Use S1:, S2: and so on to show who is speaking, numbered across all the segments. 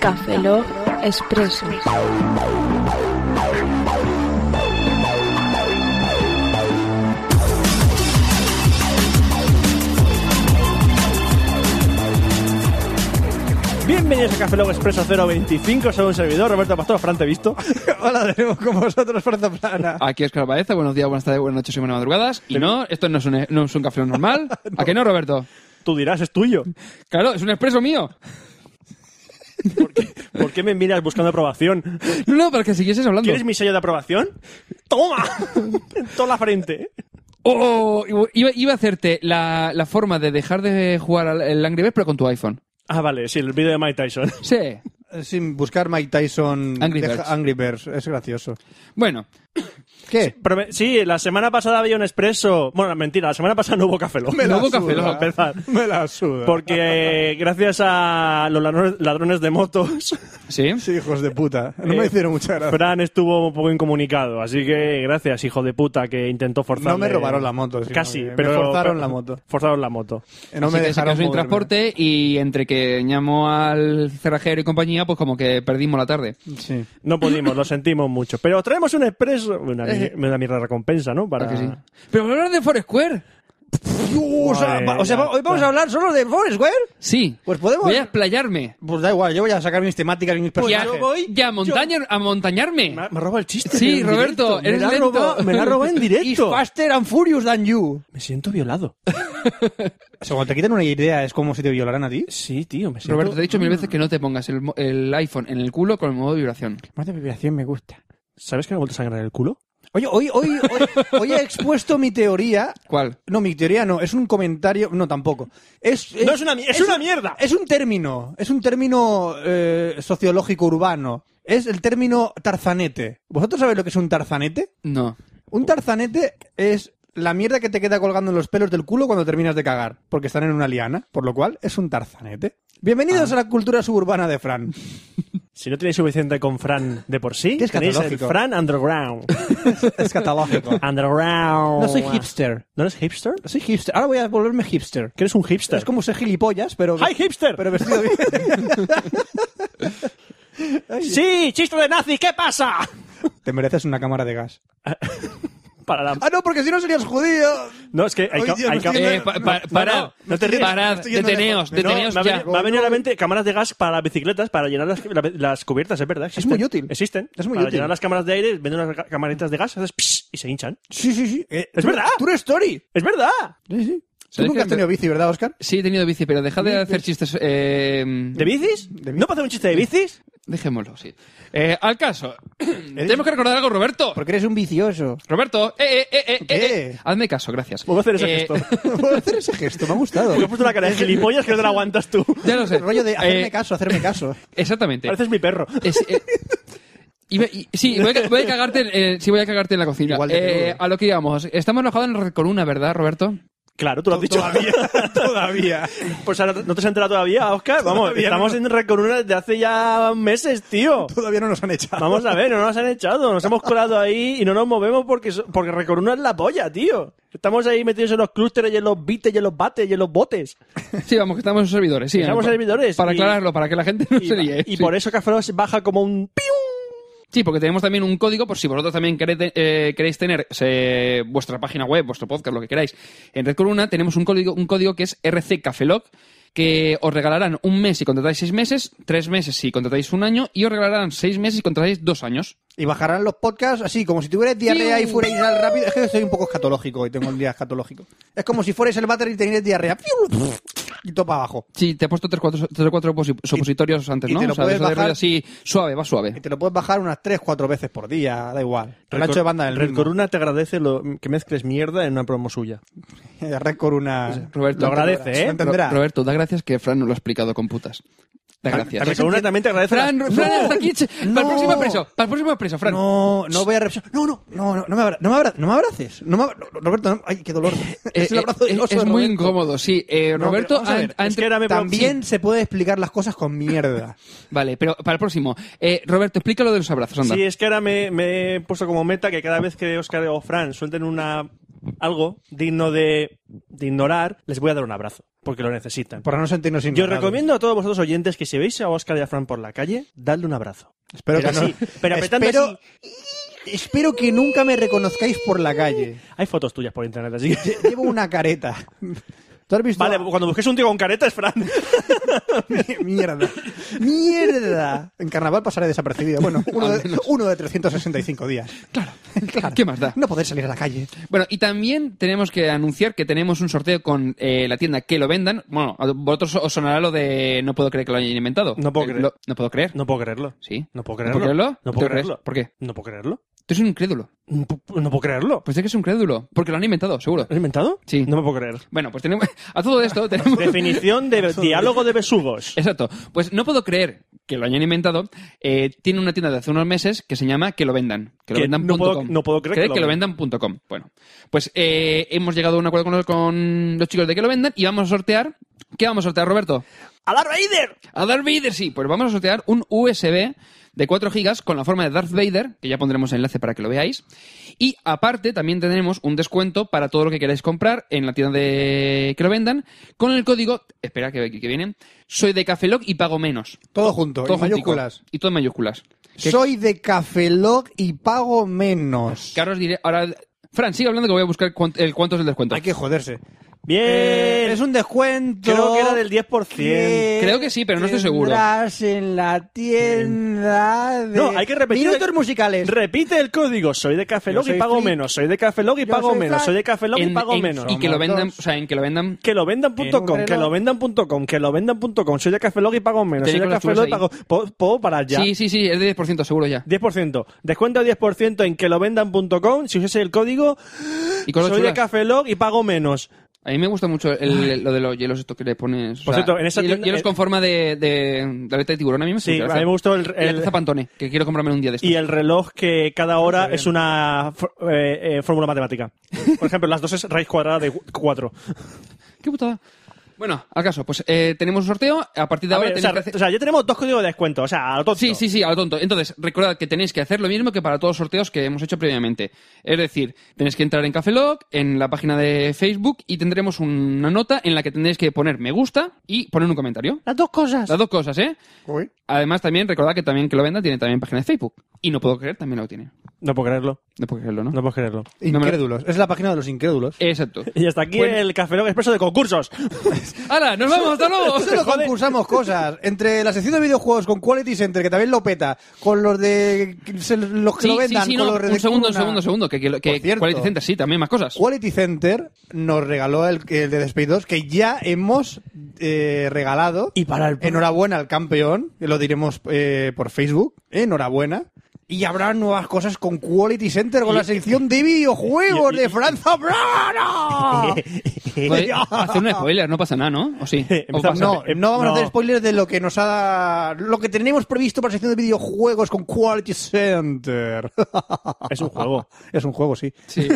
S1: Café Log Expreso.
S2: Bienvenidos a Café Logo Expreso 025, soy un servidor, Roberto Pastor, Fran, te he visto.
S3: Hola de nuevo con vosotros, Franza Plana.
S4: Aquí Oscar Baeza, buenos días, buenas tardes, buenas noches y buenas madrugadas. Y no, esto no es un, e, no es un café normal. ¿A qué no, Roberto?
S2: Tú dirás, es tuyo.
S4: Claro, es un expreso mío.
S2: ¿Por qué, por qué me miras buscando aprobación?
S4: No, no, para que siguieses hablando.
S2: ¿Quieres mi sello de aprobación? ¡Toma! En toda la frente.
S4: Oh, oh, iba, iba a hacerte la, la forma de dejar de jugar al el Angry Birds, pero con tu iPhone.
S2: Ah, vale, sí, el vídeo de Mike Tyson.
S4: Sí.
S3: Sin buscar Mike Tyson
S4: Angry
S3: deja-
S4: Birds.
S3: Angry Birds. Es gracioso.
S4: Bueno,
S3: ¿Qué?
S2: Pero me- sí, la semana pasada había un expreso. Bueno, mentira, la semana pasada no hubo Café Lock.
S4: Me la No hubo Café
S2: Lock,
S4: suda.
S2: para empezar.
S3: Me la suda.
S2: Porque eh, gracias a los ladrones- ladrones de motos,
S4: sí.
S3: Sí, hijos de puta. No
S2: Eh,
S3: me hicieron mucha gracia.
S2: Fran estuvo un poco incomunicado, así que gracias, hijo de puta, que intentó forzar.
S3: No me robaron la moto, sino
S2: Casi,
S3: que me
S2: pero.
S3: forzaron la moto.
S2: Forzaron la moto.
S3: Eh, No
S4: Así
S3: me
S4: que se
S3: dejaron
S4: quedó sin
S3: moverme.
S4: transporte y entre que llamo al cerrajero y compañía, pues como que perdimos la tarde.
S3: Sí.
S2: No pudimos, lo sentimos mucho. Pero traemos un expreso. Una,
S3: Eh.
S2: mi- una mierda recompensa, ¿no? Para...
S4: ¿A que sí?
S3: Ah.
S4: Pero vamos a hablar de Foursquare.
S3: o sea,
S2: Madre
S3: va- o sea, va- hoy vamos a hablar solo de Foursquare.
S4: Sí.
S3: Pues podemos-
S4: Voy a explayarme.
S3: Pues da igual, yo voy a sacar mis temáticas y mis
S4: Y a,
S3: personajes.
S4: y a montaña, a montañarme.
S2: Me, me roba el chiste.
S4: Sí,
S2: en
S4: Roberto,
S2: directo.
S4: eres
S2: me la ha
S4: lento.
S2: robado- me la ha robado en
S3: Is
S2: directo.
S3: faster and furious than you.
S2: Me siento violado.
S3: O sea, cuando te quitan una idea es como si te violaran a ti.
S2: Sí, tío, me siento.
S4: Roberto, te he dicho mil veces que no te pongas el, mo- el iPhone en el culo con el modo de vibración.
S3: Más de vibración me gusta.
S2: ¿Sabes que me ha vuelto a sangrar el culo?
S3: Oye, hoy, hoy, hoy, hoy he expuesto mi teoría.
S4: ¿Cuál?
S3: No, mi teoría no, es un comentario. No, tampoco. Eh, Es,
S2: No, es una mi- es una mierda.
S3: Es un término. Es un término eh, sociológico urbano. Es el término tarzanete. ¿Vosotros sabéis lo que es un tarzanete?
S4: No.
S3: Un tarzanete es la mierda que te queda colgando en los pelos del culo cuando terminas de cagar, porque están en una liana, por lo cual es un tarzanete.
S2: Ah.
S3: Bienvenidos a la cultura suburbana de Fran.
S2: Si no tenéis suficiente con Fran de por sí,
S3: Que es
S2: tenéis el
S3: catalógico.
S2: Fran Underground.
S3: Es catalógico.
S2: underground.
S3: No soy hipster.
S2: ¿No eres hipster?
S3: Soy hipster. Ahora voy a volverme hipster.
S2: Que eres un hipster.
S3: Es como ser gilipollas, pero...
S2: ¡Hi, hipster!
S3: Pero vestido bien.
S2: ¡Sí! ¡Chiste de nazi! ¿Qué pasa?
S3: Te mereces una cámara de gas.
S2: Para la...
S3: Ah, no, porque si no serías judío.
S2: No, es que hay,
S3: Ay,
S2: ca-
S3: Dios,
S2: hay
S3: me
S2: ca-
S3: estoy
S4: Eh,
S3: yendo-
S4: pa-
S3: no,
S4: pa-
S3: no,
S4: parad,
S3: no, no te ríes,
S4: parad,
S3: estoy yendo lejos.
S4: deteneos,
S2: No,
S4: deteneos
S2: me, ha
S4: ya.
S2: venido, me ha venido a la mente cámaras de gas para bicicletas, eh, para llenar las, la- las cubiertas, es verdad. existen.
S3: muy útil.
S2: Existen.
S3: Es muy
S2: para
S3: útil.
S2: llenar las cámaras de aire, venden unas ca- camaritas de gas, haces psh, y se hinchan.
S3: Sí, sí, sí. Eh,
S2: Es
S3: tú-
S2: verdad.
S3: Tú eres Tori.
S2: ¡Es verdad!
S3: Sí, sí. Tú
S4: ¿Sabes
S3: nunca
S4: que-
S3: has tenido bici, ¿verdad, Oscar?
S4: Sí, he tenido bici, pero dejad de hacer chistes. eh,
S2: ¿De
S3: Mm,
S2: bicis? ¿No para hacer un chiste de bicis?
S4: Dejémoslo, sí. Eh, al caso, tenemos que recordar algo, Roberto.
S3: Porque eres un vicioso.
S4: Roberto, eh, eh, eh, eh, eh,
S3: ¿Qué?
S4: eh. Hazme caso, gracias.
S2: Vuelvo a hacer ese
S4: Eh,
S2: gesto.
S3: Puedo hacer ese gesto, me ha gustado.
S2: Porque he puesto la cara de gilipollas que no te la aguantas tú.
S4: Ya lo sé.
S3: El rollo de hacerme
S4: Eh,
S3: caso, hacerme caso.
S4: Exactamente.
S2: Pareces mi perro.
S4: Es- eh, iba- y- sí, voy a, ca- voy a cagarte, en- eh, sí, voy a cagarte en la cocina.
S3: Igual de
S4: Eh,
S3: peludo.
S4: a lo que íbamos. Estamos enojados en la Columna, ¿verdad, Roberto?
S2: Claro, tú lo has dicho.
S3: Todavía, todavía.
S2: Pues ahora, ¿no te has enterado todavía, Oscar? Vamos,
S3: Todavía
S2: estamos en Red con una desde hace ya meses, tío.
S3: Todavía no nos han echado.
S2: Vamos a ver, no nos han echado, nos hemos colado ahí y no nos movemos porque, so- porque Recoruna es la polla, tío. Estamos ahí metidos en los clústeres y en los bites y en los bates y en los botes.
S4: Sí, vamos, que estamos en sus servidores. Sí,
S2: Estamos en
S4: Pa-
S2: servidores
S4: Para
S2: y-
S4: aclararlo, para que la gente no
S2: Y,
S4: se líe.
S2: y
S4: sí.
S2: por eso Café Lock baja como un pium.
S4: Sí, porque tenemos también un código por si vosotros también queréis, te- eh, queréis tener eh, vuestra página web, vuestro podcast, lo que queráis. En Red Columna tenemos un código, un código que es RCCafelog, que os regalarán un mes si contratáis seis meses, tres meses si contratáis un año y os regalarán seis meses si contratáis dos años.
S3: Y bajarán los podcasts así, como si tuvierais diarrea y fuerais al rápido. Es que estoy un poco escatológico hoy, tengo el día escatológico. Es como si fuerais el váter y tenéis diarrea. Y topa abajo.
S4: Sí, te he puesto tres, cuatro, tres o cuatro posi- supositorios antes,
S3: y
S4: ¿no?
S3: te lo
S4: o sea,
S3: puedes
S4: eso de rollo
S3: bajar-
S4: así, suave, va
S3: Y
S4: suave.
S3: te lo puedes bajar unas 3, 4 veces por día, da igual. El ancho de banda del
S2: Red
S3: ritmo.
S2: Coruna te agradece lo, que mezcles mierda en una promo suya.
S3: Red Coruna.
S4: Roberto,
S2: Lo agradece,
S3: ¿Eh?
S2: ¿eh?
S3: Lo entenderá.
S4: Ro- Roberto, da gracias que Fran no lo ha explicado con putas. Da gracias.
S2: Red Coruna también te agradece.
S4: Fran,
S2: las-
S4: Fran, hasta aquí. che- Para el
S3: no.
S4: próximo expreso, para el próximo expreso, Fran.
S3: No, no voy a revisar. No, no, no, no, no me abra- no me abra- no me abraces. No me abra- no, Roberto, no- ay, qué dolor.
S4: Eh,
S3: es el
S4: eh,
S3: abrazo del
S4: es-
S3: oso
S4: es
S3: de
S4: muy
S3: Roberto.
S4: incómodo, sí. Eh,
S3: No,
S4: Roberto,
S3: pero vamos a
S4: ha-
S3: ver,
S4: ha
S2: es que
S4: entre-
S2: era mi
S3: También se puede explicar las cosas con mierda.
S4: Vale, pero para el próximo. Eh, Roberto, explica lo de los abrazos, anda.
S2: Sí, es que ahora me, me he puesto como meta que cada vez que Oscar o Fran suelten una algo digno de, de ignorar, les voy a dar un abrazo. porque lo necesitan.
S3: Para no sentirnos
S2: Yo
S3: ignorados.
S2: recomiendo a todos vosotros oyentes que si veis a Oscar y a Fran por la calle, dadle un abrazo.
S3: Espero
S2: Pero
S3: que no-
S2: así, pero apretando
S3: espero,
S2: así.
S3: espero que nunca me reconozcáis por la calle.
S2: Hay fotos tuyas por internet, así que...
S3: Lle- Llevo una careta. ¿Tú has visto?
S2: Vale, cuando busques un tío con careta es Fran.
S3: mierda. Mierda. En carnaval pasaré desapercibido. Bueno, uno de, uno de 365 días. Claro, claro.
S4: ¿Qué más da?
S3: No poder salir a la calle.
S4: Bueno, y también tenemos que anunciar que tenemos un sorteo con eh, la tienda que lo vendan. Bueno, a vosotros os sonará lo de no puedo creer que lo hayan inventado.
S2: No puedo
S4: Eh,
S2: creer.
S4: lo- no puedo creer.
S2: No puedo creerlo.
S4: Sí.
S2: No puedo
S4: ¿No
S2: creerlo.
S4: puedo creerlo?
S2: No
S4: ¿Tú
S2: puedo
S4: crees?
S2: creerlo.
S4: ¿Por qué?
S2: No puedo creerlo.
S4: Tú eres un incrédulo.
S2: No pu- no puedo creerlo.
S4: Pues es que es un crédulo, porque lo han inventado, seguro.
S2: ¿Lo has inventado?
S4: Sí.
S2: No me puedo creer.
S4: Bueno, pues tenemos. A todo esto tenemos.
S2: Definición de diálogo de besugos.
S4: Exacto. Pues no puedo creer que lo hayan inventado. Eh, tiene una tienda de hace unos meses que se llama Que lo vendan. Que lo
S2: Que
S4: vendan.
S2: no puedo-
S4: punto com.
S2: no puedo creer que lo
S4: que lo
S2: vendan.
S4: vendan. punto com. Bueno, pues eh, hemos llegado a un acuerdo con los, con los chicos de Que lo vendan y vamos a sortear. ¿Qué vamos a sortear, Roberto?
S2: ¡A la Raider!
S4: A Darth Vader, sí. Pues vamos a sortear un USB de 4 gigas con la forma de Darth Vader, que ya pondremos enlace para que lo veáis. Y aparte también tenemos un descuento para todo lo que queráis comprar en la tienda de que lo vendan con el código, espera que, que viene, soy de Cafeloc y pago menos.
S3: Todo junto,
S4: Oh, Todo
S3: en
S4: juntico.
S3: mayúsculas.
S4: Y todo en mayúsculas. Que-
S3: Soy de Cafelog y pago menos.
S4: que ahora os diré, ahora, Fran, sigue hablando que voy a buscar cuán- el cuánto es el descuento.
S3: Hay que joderse.
S2: Bien.
S3: Eh, es un descuento.
S2: Creo que era del 10%.
S4: Creo que sí, pero no estoy seguro.
S3: tendrás en la tienda de...
S2: No, hay que repetir.
S3: Minutos musicales.
S2: Repite el código. Soy de Café
S3: Yo
S2: Log y
S3: soy
S2: pago
S3: Flick.
S2: menos. Soy de Café Log y
S3: Yo
S2: pago
S3: soy
S2: menos.
S3: Fran.
S2: Soy de Café Log y
S4: En-
S2: pago
S4: en-
S2: menos.
S4: Y que lo
S3: Somos
S4: vendan,
S3: dos.
S4: o sea, en que lo vendan
S2: Que lo
S3: En un
S2: vendan.com,
S3: reloj.
S2: que lo vendan.com, que lo vendan.com. Soy de Café Log y pago menos. Soy
S4: Tenéis
S2: de
S4: con las
S2: Café Log y
S4: turbas
S2: pago. ¿Puedo, puedo parar ya?
S4: Sí, sí, sí, es de 10% seguro ya.
S2: 10%. Descuento 10% en que lo vendan.com. Si usáis el código,
S4: Y cosas
S2: soy de
S4: chulas.
S2: Café Log y pago menos.
S4: A mí me gusta mucho el- lo de los hielos esto que le pones.
S2: Por cierto, en esa
S4: hielo-
S2: tienda- eh
S4: hielos con forma de, de, de aleta de tiburón. A mí me hace
S2: Sí,
S4: mucha
S2: a
S4: gracia.
S2: mí me gustó el-
S4: Y la
S2: el-
S4: taza Pantone, que quiero comprarme un día de estos.
S2: Y el reloj que cada hora es una fr- eh, eh, fórmula matemática. Por ejemplo, las dos es raíz cuadrada de 4.
S4: ¡Qué putada! Bueno, al caso, pues eh, tenemos un sorteo. A partir de
S2: o,
S4: ahora tenéis
S2: sea,
S4: que hacer-
S2: o sea, ya tenemos dos códigos de descuento. O sea, a lo tonto.
S4: Sí, sí, sí, a lo tonto. Entonces, recordad que tenéis que hacer lo mismo que para todos los sorteos que hemos hecho previamente. Es decir, tenéis que entrar en Cafelog, en la página de Facebook, y tendremos una nota en la que tendréis que poner me gusta y poner un comentario.
S1: Las dos cosas.
S4: Las dos cosas, ¿eh?
S3: Uy.
S4: Además, también recordad que también que lo venda tiene también página de Facebook. Y no puedo creer, también lo tiene.
S2: No puedo creerlo.
S4: No puedo creerlo, ¿no?
S2: No puedo creerlo.
S4: No me-
S3: Incrédulos. Es la página de los incrédulos.
S4: Exacto.
S2: Y hasta aquí
S4: Bueno.
S2: el Café Log Expreso de concursos.
S4: ¡Hala! ¡Nos vamos! ¡Hasta luego!
S3: Solo concursamos cosas. Entre la sección de videojuegos con Quality Center, que también lo peta, con los de se- los que
S4: Sí,
S3: lo
S4: sí,
S3: vendan,
S4: sí,
S3: con
S4: no,
S3: los de
S4: un segundo, un
S3: Decuna.
S4: segundo, un segundo. Que, que, que
S3: Por cierto.
S4: Quality Center, sí, también más cosas.
S3: Quality Center nos regaló el, el de Space 2, que ya hemos eh, regalado.
S2: Y para el-
S3: Enhorabuena al campeón, que lo diremos eh, por Facebook. eh, enhorabuena. Y habrá nuevas cosas con Quality Center, con la sección de videojuegos de Franza Brana.
S4: Podéis Hacer un spoiler, no pasa nada, ¿no? ¿O sí? ¿O
S2: Empezamos-
S4: pasa?
S3: No,
S2: eh,
S3: no vamos
S2: no.
S3: a hacer spoilers de lo que nos ha lo que tenemos previsto para la sección de videojuegos con Quality Center.
S2: Es un juego.
S3: es un juego, sí.
S4: Sí.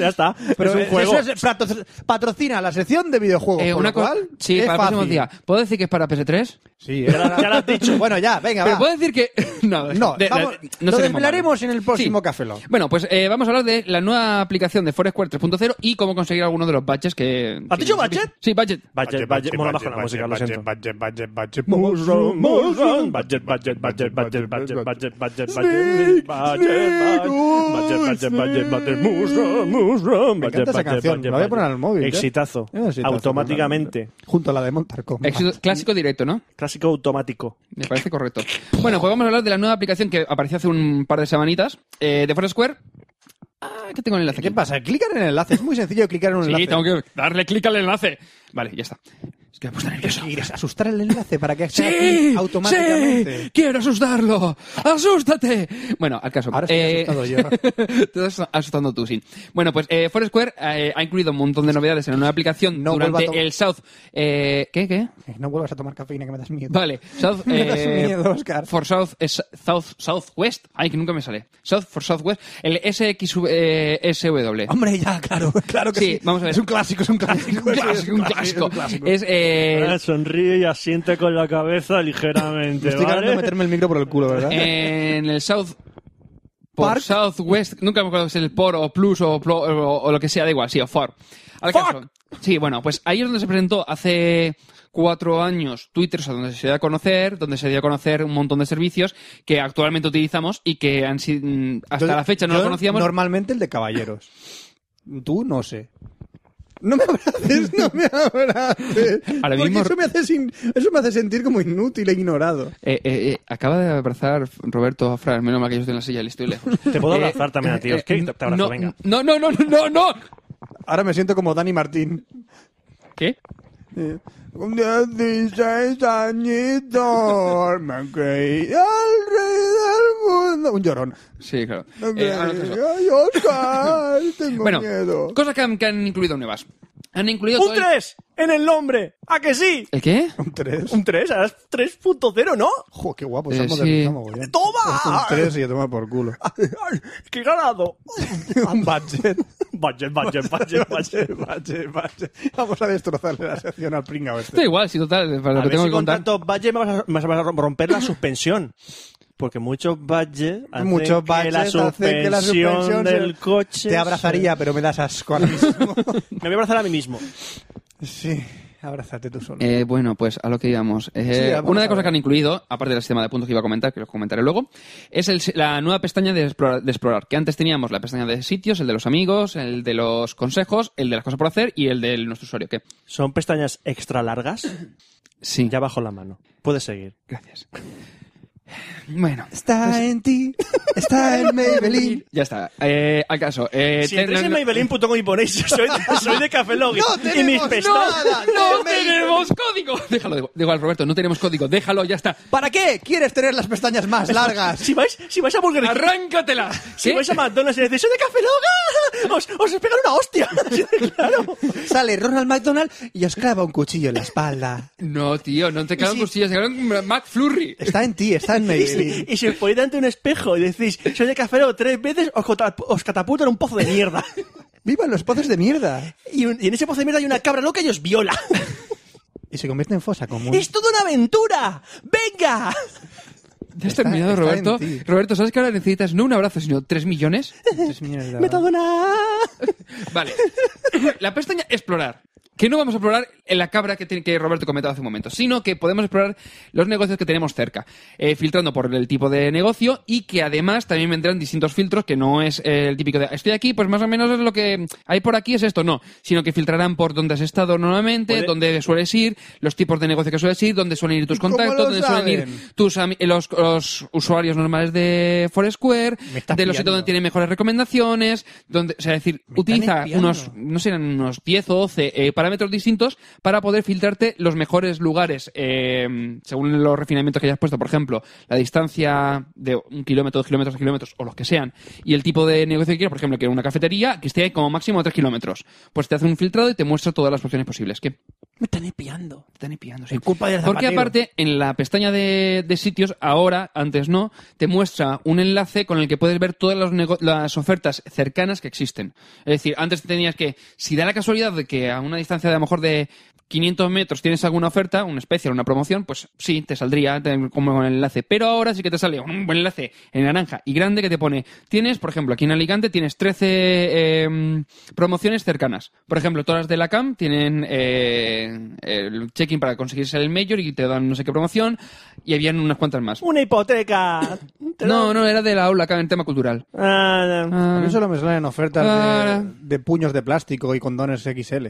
S2: ya está.
S3: Pero
S2: es un juego.
S3: eso es- patro- patrocina la sección de videojuegos.
S4: Eh,
S3: por
S4: una
S3: lo
S4: cosa.
S3: cual,
S4: Sí,
S3: es
S4: para el próximo
S3: fácil.
S4: día. ¿Puedo decir que es para PS3?
S3: Sí,
S2: Ya lo- ya lo has dicho.
S3: Bueno, ya, venga,
S4: Pero
S3: va.
S4: puedo decir que. No,
S3: No,
S4: de- de-
S3: vamos- lo
S4: no seremos
S3: desvelaremos
S4: malos.
S3: en el próximo
S4: Sí.
S3: Café Lock.
S4: Bueno, pues eh, vamos a hablar de la nueva aplicación de Foursquare 3.0 y cómo conseguir alguno de los badges que.
S2: ¿Has
S4: que-
S2: dicho budget?
S4: Sí, budget.
S2: Budget, budget. Mola más con la música, lo siento.
S5: Budget, budget, budget.
S2: Musron, Musron, budget, budget, budget, budget, budget, budget, budget, budget, budget, budget,
S3: Snake, snake, oh,
S2: budget, budget, budget, budget,
S3: snake.
S2: Musron, Musron,
S3: Me
S2: budget,
S3: encanta esa
S2: budget,
S3: canción,
S2: budget,
S3: la voy a poner
S2: budget.
S3: al móvil, ¿eh?
S2: Exitazo.
S3: Es un exitazo,
S2: Automáticamente.
S3: Junto a la de Montar Combat.
S4: Éxito- clásico directo, ¿no?
S2: Clásico automático.
S4: Me parece correcto. Bueno, pues vamos a hablar de la nueva aplicación que apareció hace un par de semanitas eh, de Foursquare. Ah, que tengo el enlace.
S3: ¿Qué
S4: aquí.
S3: pasa? Clicar en el enlace. Es muy sencillo clicar en un
S4: Sí,
S3: enlace.
S4: tengo que darle clic al enlace. Vale, ya está. Es que me he puesto nervioso.
S3: Y asustar el enlace para que sea
S4: ¡Sí!
S3: clic automáticamente.
S4: ¡Sí! ¡Quiero asustarlo! ¡Asústate! Bueno, al caso. Eh,
S3: Ahora estoy asustado yo.
S4: te estás asustando tú, sí. Bueno, pues eh, Foursquare eh, ha incluido un montón de novedades en la nueva aplicación
S3: No vuelva a
S4: durante
S3: tomar-
S4: el South... Eh, ¿Qué, qué?
S3: Eh, No vuelvas a tomar cafeína que me das miedo.
S4: Vale, South... eh,
S3: Me das miedo, Oscar.
S4: For South, es South... Southwest... Ay, que nunca me sale. South for Southwest... El SXSW.
S3: Hombre, ya, claro, claro que
S4: Sí,
S3: sí.
S4: vamos a ver.
S3: Es un clásico, es un
S4: un
S3: clásico.
S4: clásico, un clásico. Es... eh,
S2: Ah, Sonríe y asiente con la cabeza ligeramente.
S3: Me estoy ganando
S2: ¿vale?
S4: Eh,
S3: meterme el micro por el culo, ¿verdad?
S4: en el South por
S3: Park.
S4: Southwest, nunca me acuerdo si es el por o plus o, plo- o- o lo que sea, da igual, sí, o for. Al
S3: Fuck.
S4: caso, sí, bueno, pues ahí es donde se presentó hace cuatro años Twitter, o sea, donde se dio a conocer, donde se dio a conocer un montón de servicios que actualmente utilizamos y que han sido, mm, hasta
S3: Yo-
S4: la fecha no lo
S3: yo
S4: conocíamos.
S3: Normalmente el de caballeros. Tú no sé. No me abraces, no me abraces.
S4: Ahora
S3: Porque
S4: mismo-
S3: eso, me hace sin- eso me hace sentir como inútil e ignorado.
S4: Eh, eh, eh, acaba de abrazar Roberto a Fran, menos mal que yo estoy en la silla y le estoy lejos.
S2: Te puedo
S4: Eh,
S2: abrazar también a ti,
S4: eh,
S2: es que te te abrazo,
S4: no,
S2: venga.
S4: No, no, no, no, no, no.
S3: Ahora me siento como Dani Martín.
S4: ¿Qué?
S3: Eh, Con 16 añitos me creí el rey del mundo. Un llorón.
S4: Sí, claro.
S3: Me
S4: Eh, ahora otro
S3: creí-
S4: eso.
S3: Ay, Oscar, tengo
S4: bueno,
S3: miedo.
S4: cosas que han, que han incluido nuevas. Han incluido
S2: ¡Un
S4: todo el-
S2: 3! ¡En el nombre! ¿A que sí?
S4: ¿El qué?
S3: Un 3.
S2: Un 3, ahora es 3.0, ¿no?
S3: Jo, qué guapo,
S4: Eh,
S3: se ha
S4: sí.
S3: modernizado mogollón.
S2: ¡Toma!
S3: Pues Un 3 y a tomar por culo.
S2: Ay, ¡Qué ganado!
S3: Un budget.
S2: Budget, budget, budget, budget.
S3: Bache, bache. Vamos a destrozarle la sección al pringao
S4: Da
S3: este.
S4: igual, si total, para lo
S2: A
S4: que
S2: ver
S4: tengo
S2: si
S4: que
S2: con
S4: contar.
S2: tantos budget me vas, a, me vas a romper la suspensión. Porque muchos budget hacen
S3: Muchos
S2: que, la
S3: baches hacen que la suspensión se-
S2: del coche...
S3: Te abrazaría, pero me das asco ahora mismo.
S2: Me voy a abrazar a mí mismo.
S3: sí, abrázate tú solo.
S4: Eh, bueno, pues a lo que íbamos. Eh,
S3: Sí, vamos
S4: una de
S3: a
S4: las cosas
S3: ver.
S4: que han incluido, aparte del sistema de puntos que iba a comentar, que los comentaré luego, es el- la nueva pestaña de explorar, de explorar, Que antes teníamos la pestaña de sitios, el de los amigos, el de los consejos, el de las cosas por hacer y el de nuestro usuario. ¿Qué?
S2: Son pestañas extra largas.
S4: Sí.
S2: Ya bajo la mano. Puedes seguir.
S4: Gracias. Bueno.
S3: Está en ti, está en Maybelline.
S4: Ya está. Eh, al caso. eh,
S2: Si
S4: te-
S2: entráis
S4: no-
S2: en
S4: no-
S2: maybelline.com y ponéis soy de, soy de Café Log
S3: No
S2: y mis
S3: tenemos
S2: pestañas...
S3: nada.
S4: ¡No
S3: de Maybelline.
S4: tenemos código! Déjalo, da igual, Roberto, no tenemos código. Déjalo, ya está.
S3: ¿Para qué quieres tener las pestañas más largas?
S2: Si vais, si vais a Burger King,
S4: ¡Arráncatela! ¿Eh?
S2: si
S4: ¿Qué?
S3: pues
S2: vais a McDonald's y decís soy de Café Log, os, os pegan una hostia. Así de claro.
S3: Sale Ronald McDonald y os clava un cuchillo en la espalda.
S4: No, tío, no te quedan
S3: sí.
S4: costillas, te quedan McFlurry.
S3: Está en ti, está en
S2: Y si,
S3: Maybelline.
S2: y si os ponéis delante de un espejo y decís soy de Café Log tres veces, os, cota- os catapultan a un pozo de mierda.
S3: ¡Vivan los pozos de mierda!
S2: Y, un- y en ese pozo de mierda hay una cabra loca y os viola.
S3: Y se convierte en fosa común.
S2: ¡Es toda una aventura! ¡Venga!
S4: ¿Ya has
S3: Está-
S4: terminado,
S3: está en
S4: Roberto?
S3: ti.
S4: Roberto, ¿sabes que ahora necesitas no un abrazo, sino tres millones?
S3: Es mierda.
S2: ¡Metadona!
S4: Vale. La pestaña explorar. Que no vamos a explorar en la cabra que, tiene- que Roberto comentó hace un momento, sino que podemos explorar los negocios que tenemos cerca, eh, filtrando por el tipo de negocio y que además también vendrán distintos filtros que no es eh, el típico de estoy aquí, pues más o menos es lo que hay por aquí, es esto, no, sino que filtrarán por dónde has estado normalmente,
S2: Puede-
S4: dónde sueles ir, los tipos de negocio que sueles ir, dónde suelen ir tus
S3: ¿Y cómo
S4: contactos,
S3: lo
S4: dónde suelen ir
S3: saben?
S4: tus ami- eh, los, los usuarios normales de Foursquare,
S3: Me estás
S4: de
S3: pillando.
S4: los sitios donde tienen mejores recomendaciones, donde, o sea, es decir, utiliza
S3: espiando.
S4: unos, no sé, eran unos 10 o 12 eh, parámetros distintos para poder filtrarte los mejores lugares, eh, según los refinamientos que hayas puesto, por ejemplo, la distancia de un kilómetro, dos kilómetros, tres kilómetros, o los que sean, y el tipo de negocio que quieras, por ejemplo, que una cafetería que esté como máximo a tres kilómetros. Pues te hace un filtrado y te muestra todas las opciones posibles. ¿Qué?
S2: Me están espiando.
S4: Te están espiando, sí.
S2: culpa del
S4: Porque
S2: zapatero.
S4: aparte, en la pestaña de, de sitios, ahora, antes no, te muestra un enlace con el que puedes ver todas las, nego- las ofertas cercanas que existen. Es decir, antes tenías que, si da la casualidad de que a una distancia de a lo mejor de 500 metros tienes alguna oferta, una especial, una promoción, pues sí, te saldría te- como un enlace. Pero ahora sí que te sale un buen enlace en naranja y grande que te pone, tienes, por ejemplo, aquí en Alicante tienes 13 eh, promociones cercanas. Por ejemplo, todas las de la CAM tienen eh, el check-in para conseguirse el mayor y te dan no sé qué promoción y habían unas cuantas más.
S2: Una hipoteca.
S4: No, no, era de la aula acá en tema cultural.
S2: Ah, no.
S3: A
S4: Ah,
S3: mí solo me salen ofertas
S4: Ah.
S3: de, de puños de plástico y condones XL.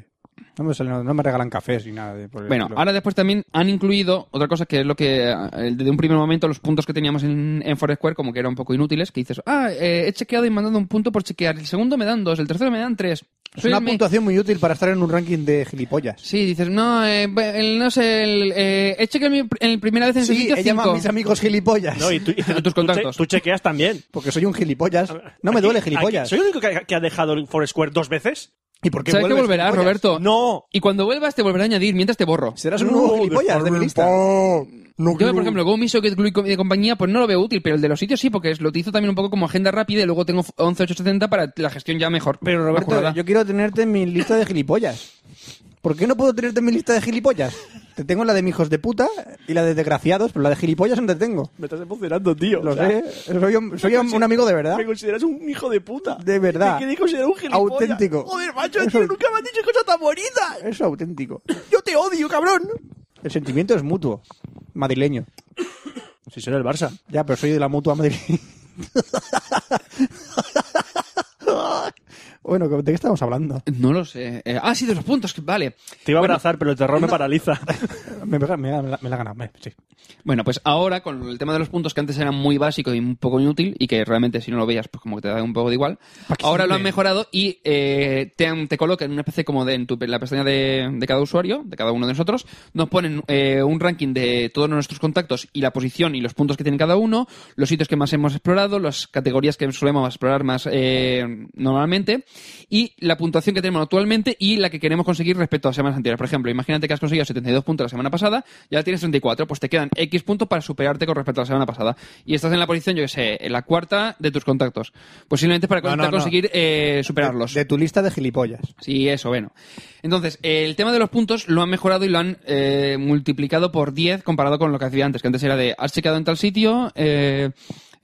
S3: No me, salen- no me regalan cafés ni nada. de- por el
S4: Bueno,
S3: estilo.
S4: ahora después también han incluido otra cosa que es lo que eh, desde un primer momento los puntos que teníamos en, en Foursquare como que eran un poco inútiles, que dices, ah, eh, he chequeado y me han dado un punto por chequear, el segundo me dan dos, el tercero me dan tres.
S3: Es
S4: Soy
S3: una
S4: el me-
S3: puntuación muy útil para estar en un ranking de gilipollas.
S4: Sí, dices, no, eh, be- el- no sé, el, eh, he chequeado mi, pr- el primera vez en el
S3: Sí,
S4: sitio
S3: he llamado a mis
S4: cinco.
S3: amigos gilipollas.
S2: No, y tú, y tú-
S4: A tus
S2: tú che-
S4: contactos.
S2: Tú, chequeas también.
S3: Porque soy un gilipollas. No me duele
S2: Aquí- aquí-
S3: gilipollas.
S2: ¿Soy el único que, que ha dejado el Foursquare dos veces?
S3: ¿Y por qué
S4: ¿Sabes que
S3: vuelves,
S4: volverás,
S3: gilipollas?
S4: Roberto?
S2: No.
S4: Y cuando vuelvas te volverá a añadir mientras te borro.
S3: Serás un nuevo
S2: No,
S3: gilipollas de mi lista.
S4: Yo, por ejemplo, Go, Mi Socket, Glue y co- y compañía, pues no lo veo útil, pero el de los sitios sí, porque es- lo utilizo también un poco como agenda rápida y luego tengo 11870 para la gestión ya mejor.
S3: Pero Roberto,
S4: mejorada.
S3: yo quiero tenerte en mi lista de gilipollas. ¿Por qué no puedo tenerte en mi lista de gilipollas? Te tengo la de mi hijos de puta y la de desgraciados, pero la de gilipollas no te tengo.
S2: Me estás emocionando, tío.
S3: Lo
S2: O sea,
S3: sé. Soy, un, soy un, un amigo de verdad.
S2: Me consideras un hijo de puta.
S3: De verdad.
S2: Me quedé considerado un gilipollas.
S3: Auténtico.
S2: Joder, macho,
S3: Eso-
S2: tío, nunca me has dicho cosas tan bonitas.
S3: Eso auténtico.
S2: Yo te odio, cabrón.
S3: El sentimiento es mutuo. Madrileño.
S2: Si soy el Barça.
S3: Ya, pero soy de la mutua Madrid. bueno, ¿de qué estamos hablando?
S4: No lo sé. Eh, ah, sí, de los puntos. que- Vale.
S2: Te iba a
S4: Bueno,
S2: abrazar, pero el terror me paraliza.
S3: Me, me, me- me la me la ha ganado. me- sí.
S4: Bueno, pues ahora con el tema de los puntos que antes eran muy básico y un poco inútil y que realmente si no lo veías pues como que te da un poco de igual,
S3: ¿Para qué
S4: ahora lo han
S3: sirve?
S4: mejorado y eh, te, han- te colocan en una especie como de en, tu, en la pestaña de, de cada usuario, de cada uno de nosotros, nos ponen eh, un ranking de todos nuestros contactos y la posición y los puntos que tiene cada uno, los sitios que más hemos explorado, las categorías que solemos explorar más eh, normalmente y la puntuación que tenemos actualmente y la que queremos conseguir respecto a semanas anteriores. Por ejemplo, imagínate que has conseguido 72 puntos la semana pasada, ya tienes 34, pues te quedan X puntos para superarte con respecto a la semana pasada. Y estás en la posición, yo qué sé, en la cuarta de tus contactos. Posiblemente para
S3: No, no,
S4: intentar
S3: no.
S4: conseguir eh, superarlos.
S3: De tu lista de gilipollas.
S4: Sí, eso, bueno. Entonces, eh, el tema de los puntos lo han mejorado y lo han eh, multiplicado por 10 comparado con lo que hacía antes, que antes era de has checado en tal sitio, eh,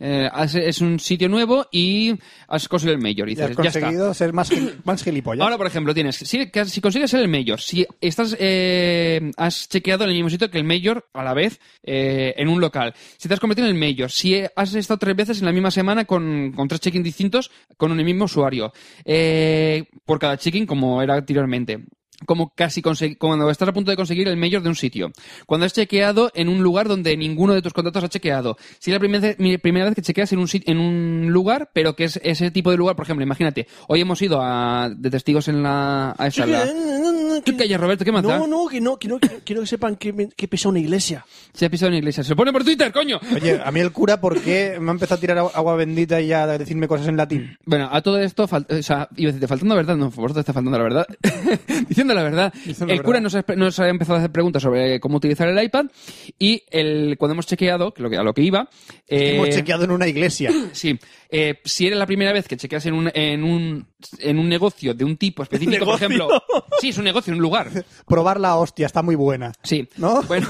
S4: eh, has- es un sitio nuevo y has conseguido el mayor. Y
S3: Y has
S4: dices, ya está.
S3: conseguido ser más, gil- más gilipollas.
S4: Ahora, por ejemplo, tienes, si, que- si consigues ser el mayor, si estás, eh, has chequeado en el mismo sitio que el mayor a la vez eh, en un local, si te has convertido en el mayor, si eh, has estado tres veces en la misma semana con, con tres check-in distintos con un mismo usuario, eh, por cada check-in como era anteriormente. Como casi consegui- cuando estás a punto de conseguir el mayor de un sitio. Cuando has chequeado en un lugar donde ninguno de tus contactos ha chequeado. Si es la primera vez, mi- primera vez que chequeas en un, sit- en un lugar, pero que es ese tipo de lugar, por ejemplo, imagínate, hoy hemos ido a, de testigos en la, a esa, la- Tú ¿eh? calla, Roberto, ¿qué más da?
S2: eh, No, no, que no, que no, que- quiero que sepan que, me- que pesa una iglesia.
S4: Se ha pisado en la iglesia. Se lo pone por Twitter, coño.
S3: Oye, a mí el cura, ¿por qué me ha empezado a tirar agu- agua bendita y a decirme cosas en latín?
S4: Bueno, a todo esto, fal- o sea, iba a decirte, faltando la verdad, no, vosotros está faltando la verdad. Diciendo la verdad,
S3: Diciendo la
S4: el cura
S3: verdad.
S4: nos ha, exp- nos ha empezado a hacer preguntas sobre cómo utilizar el iPad y el, cuando hemos chequeado, que lo que, a lo que iba, eh,
S3: Hemos chequeado en una iglesia.
S4: Sí. Eh, si era la primera vez que chequeas en un, en un, en un negocio de un tipo específico, por
S2: ¿Negocio?
S4: ejemplo. Sí, es un negocio, un lugar.
S3: Probar la hostia, está muy buena.
S4: Sí.
S3: ¿No?
S4: Bueno,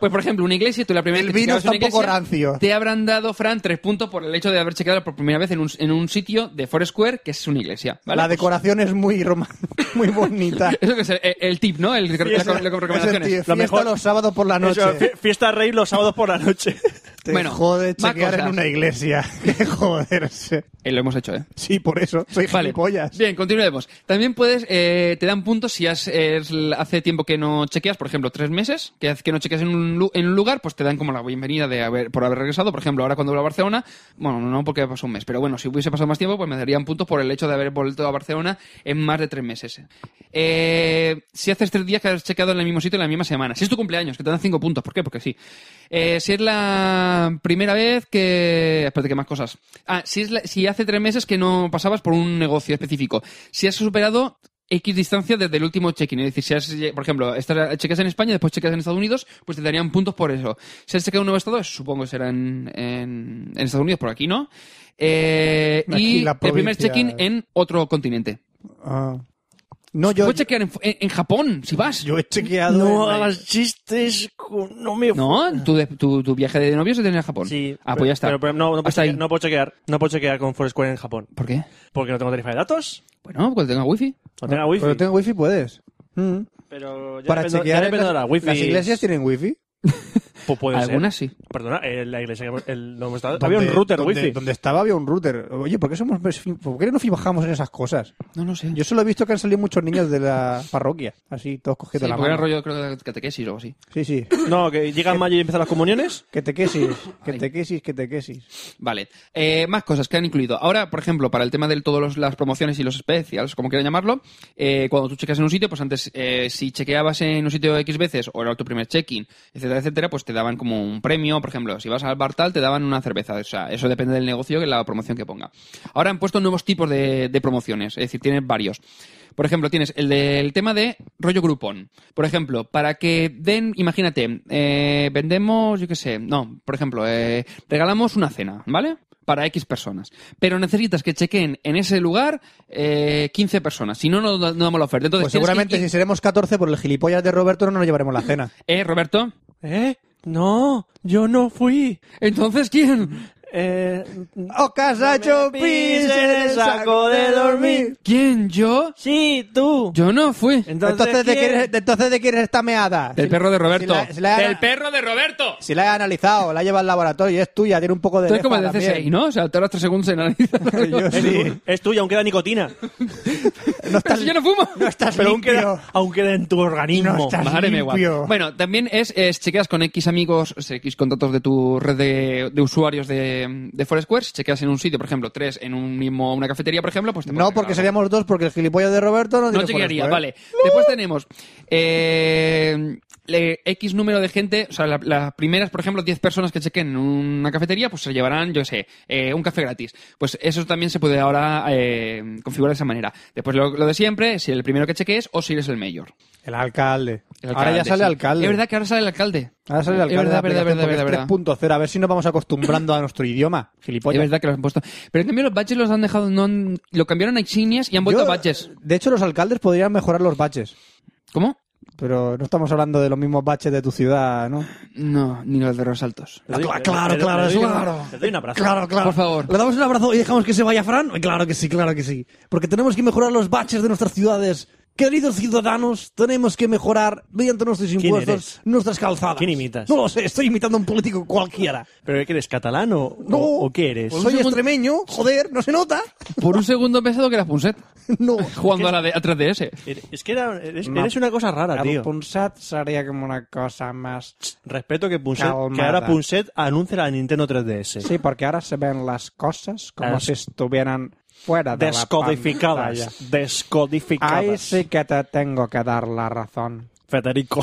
S4: pues por ejemplo, una iglesia, tú la primera
S3: El
S4: vez que
S3: vino
S4: chequeabas
S3: está
S4: una
S3: un poco
S4: iglesia,
S3: rancio.
S4: Te habrán dado, Fran, tres puntos por el hecho de haber chequeado por primera vez en un, en un sitio de Foursquare que es una iglesia. ¿vale? pues
S3: la decoración es muy roma- muy bonita.
S4: Eso que es el, el tip, ¿no? El, la- la- la- recomendaciones.
S3: Es el tío, fiesta
S2: mejor-
S3: los sábados por la noche.
S2: Eso, fie- fiesta rey los sábados por la noche.
S3: Te
S4: Bueno,
S3: jode
S4: más
S3: chequear en
S4: cosas.
S3: una iglesia. Qué joderse.
S4: Eh, lo hemos hecho, ¿eh?
S3: Sí, por eso. Soy
S4: Vale.
S3: gilipollas.
S4: Bien, continuemos. También puedes, eh, te dan puntos si has, es l- hace tiempo que no chequeas, por ejemplo, tres meses, que, haz- que no chequeas en un, lu- en un lugar, pues te dan como la bienvenida de haber, por haber regresado. Por ejemplo, ahora cuando vuelvo a Barcelona, bueno, no porque pasó un mes, pero bueno, si hubiese pasado más tiempo, pues me darían puntos por el hecho de haber vuelto a Barcelona en más de tres meses. Eh, si haces tres días que has chequeado en el mismo sitio en la misma semana. Si es tu cumpleaños, que te dan cinco puntos. ¿Por qué? Porque sí. Eh, si es la primera vez que... Espérate, que más cosas. Ah, si, es la- si hace tres meses que no pasabas por un negocio específico. Si has superado X distancia desde el último check-in. Es decir, si has, eh, por ejemplo, estás, chequeas en España, después chequeas en Estados Unidos, pues te darían puntos por eso. Si has chequeado en un nuevo estado, supongo que será en, en- en Estados Unidos, por aquí, ¿no? Eh,
S3: Aquí
S4: y
S3: la
S4: el primer
S3: provincia-
S4: check-in en otro continente.
S3: Ah. No, yo,
S4: Puedes chequear en, en- en Japón, si vas.
S3: yo he chequeado.
S2: No
S3: en la-
S2: hagas chistes, con- no me...
S4: No, tu, de- tu, tu viaje de novios se tenía en Japón.
S2: Sí.
S4: Ah,
S2: pero-
S4: pues ya está.
S2: Pero, pero no, no, puedo
S4: Hasta ahí.
S2: chequear, no puedo chequear, no puedo chequear con Foursquare en Japón.
S4: ¿Por qué?
S2: Porque no tengo tarifa de datos,
S4: Bueno, porque tenga wifi.
S2: no tengo wifi.
S3: Pero tengo wifi, puedes. Mm.
S2: Pero ya
S3: Para
S2: dependo-
S3: chequear.
S2: ya
S3: en
S2: dependo de la wifi.
S3: Las iglesias tienen wifi.
S2: Pues puede ser.
S4: Algunas sí.
S2: Perdona, eh, la iglesia que hemos- el- no hemos estado-
S3: Donde-
S2: Había un router
S3: donde,
S2: wifi.
S3: Donde estaba había un router. Oye, ¿por qué, somos, ¿por qué no fijamos en esas cosas?
S4: No lo sé.
S3: Yo solo he visto que han salido muchos niños de la parroquia. Así, todos
S4: Sí,
S3: cogiendo la
S4: porque era
S3: mano.
S4: rollo, creo, de catequesis o algo así.
S3: Sí, sí.
S2: No, que llega en mayo y empiezan las comuniones.
S3: Que te quesis, que
S4: Ay.
S3: te quesis, que te quesis.
S4: Vale. Eh, más cosas que han incluido. Ahora, por ejemplo, para el tema de todas las promociones y los specials, como quieran llamarlo, eh, cuando tú chequeas en un sitio, pues antes, eh, si chequeabas en un sitio X veces o era tu primer check-in, etcétera, etcétera, pues te daban como un premio. Por ejemplo, si vas al bar tal, te daban una cerveza. O sea, eso depende del negocio y la promoción que ponga. Ahora han puesto nuevos tipos de, de promociones, es decir, tienen varios. Por ejemplo, tienes el del tema de rollo grupón. Por ejemplo, para que den, imagínate, eh, vendemos, yo qué sé, no, por ejemplo, eh, regalamos una cena, ¿vale? para X personas. Pero necesitas que chequeen en ese lugar eh, 15 personas. Si no, no, no damos la oferta. Entonces,
S3: Pues
S4: tienes que
S3: seguramente
S4: ir-
S3: si seremos 14 por el gilipollas de Roberto no nos llevaremos la cena.
S4: Eh, Roberto.
S2: ¿Eh? No, yo no fui.
S4: Entonces, ¿quién?
S2: Eh,
S3: ¡Ocas ha hecho pis en el saco de dormir!
S4: ¿Quién? ¿Yo?
S2: sí, tú.
S4: Yo no fui.
S2: Entonces,
S3: Entonces, ¿de
S2: ¿quién?
S3: quién es- entonces, ¿de quién es esta meada?
S4: Del perro de Roberto.
S3: si la- si la-
S4: ¡Del perro de Roberto!
S3: Si la he analizado, la lleva al laboratorio y es tuya, tiene un poco de.
S4: Tú es como el
S3: lefa
S4: de CSI,
S3: también.
S4: ¿no? O sea, todos los tres segundos se analiza.
S3: Yo sí.
S2: Es tuya, aunque da nicotina.
S3: No
S4: Pero
S3: estás,
S4: si yo no fumo.
S3: no estás
S2: Pero aún
S3: limpio.
S2: queda, aún queda en tu organismo.
S3: No está-
S4: Madre mía, guau.
S3: limpio.
S4: Bueno, también es, es chequeas con X amigos, o sea, X contactos de tu red de, de usuarios de, de Foursquare. Si chequeas en un sitio, por ejemplo, tres en un mismo, una cafetería, por ejemplo, pues te
S3: No,
S4: pueden
S3: porque
S4: regalar algo.
S3: seríamos dos, porque el gilipollas de Roberto no tiene
S4: No chequearía,
S3: por
S4: vale.
S3: eso, ¿eh?
S4: Después tenemos eh, le- X número de gente, o sea, la- las primeras, por ejemplo, 10 personas que chequen en una cafetería, pues se llevarán, yo qué sé, eh, un café gratis. Pues eso también se puede ahora eh, configurar de esa manera. Después lo, lo de siempre, si el primero que cheques o si eres el mayor.
S3: El alcalde.
S4: El
S3: Ahora ya
S4: alcalde,
S3: sale
S4: sí.
S3: alcalde.
S4: Es verdad que ahora sale el alcalde.
S3: Ahora sale el alcalde.
S4: Es verdad,
S3: de la
S4: verdad, verdad,
S3: aplicación,
S4: verdad,
S3: porque este es 3.0,
S4: verdad.
S3: a ver si nos vamos acostumbrando a nuestro idioma.
S4: Es
S3: Gilipollas.
S4: verdad que lo han puesto. Pero en cambio los badges los han dejado, no han- lo cambiaron a insignias y han vuelto
S3: Yo-
S4: a badges.
S3: De hecho, los alcaldes podrían mejorar los baches.
S4: ¿Cómo?
S3: Pero no estamos hablando de los mismos baches de tu ciudad, ¿no?
S4: No, ni los de Rosaltos.
S2: Le doy-
S3: Ah, Cla-
S2: le-
S3: claro,
S2: le-
S3: claro,
S2: le doy-
S3: claro.
S2: le doy un abrazo.
S3: claro.
S4: Por favor.
S3: ¿Le damos un abrazo y dejamos que se vaya Fran? Claro que sí, claro que sí. Porque tenemos que mejorar los baches de nuestras ciudades. Queridos ciudadanos, tenemos que mejorar mediante nuestros
S2: ¿Quién
S3: impuestos
S2: eres?
S3: nuestras calzadas.
S2: ¿Quién imitas?
S3: No lo sé, estoy imitando a un político cualquiera.
S2: ¿Pero qué eres catalán o,
S3: No. Pues
S2: o- o qué eres?
S4: Por un
S3: Soy
S4: segundo-
S3: extremeño, joder, ¿no se nota?
S4: Por un segundo he pensado que era Punset.
S3: No.
S4: Jugando a la de, a 3DS.
S2: Es que era- eres, eres una cosa rara, tío.
S3: Punset sería como una cosa más...
S2: Respeto que Punset,
S3: Calmada.
S2: que ahora Punset anuncie la Nintendo 3DS.
S3: Sí, porque ahora se ven las cosas como
S2: Las-
S3: si estuvieran fuera de la pantalla.
S2: Descodificadas. Descodificadas.
S3: Ahí sí que te tengo que dar la razón.
S2: Federico.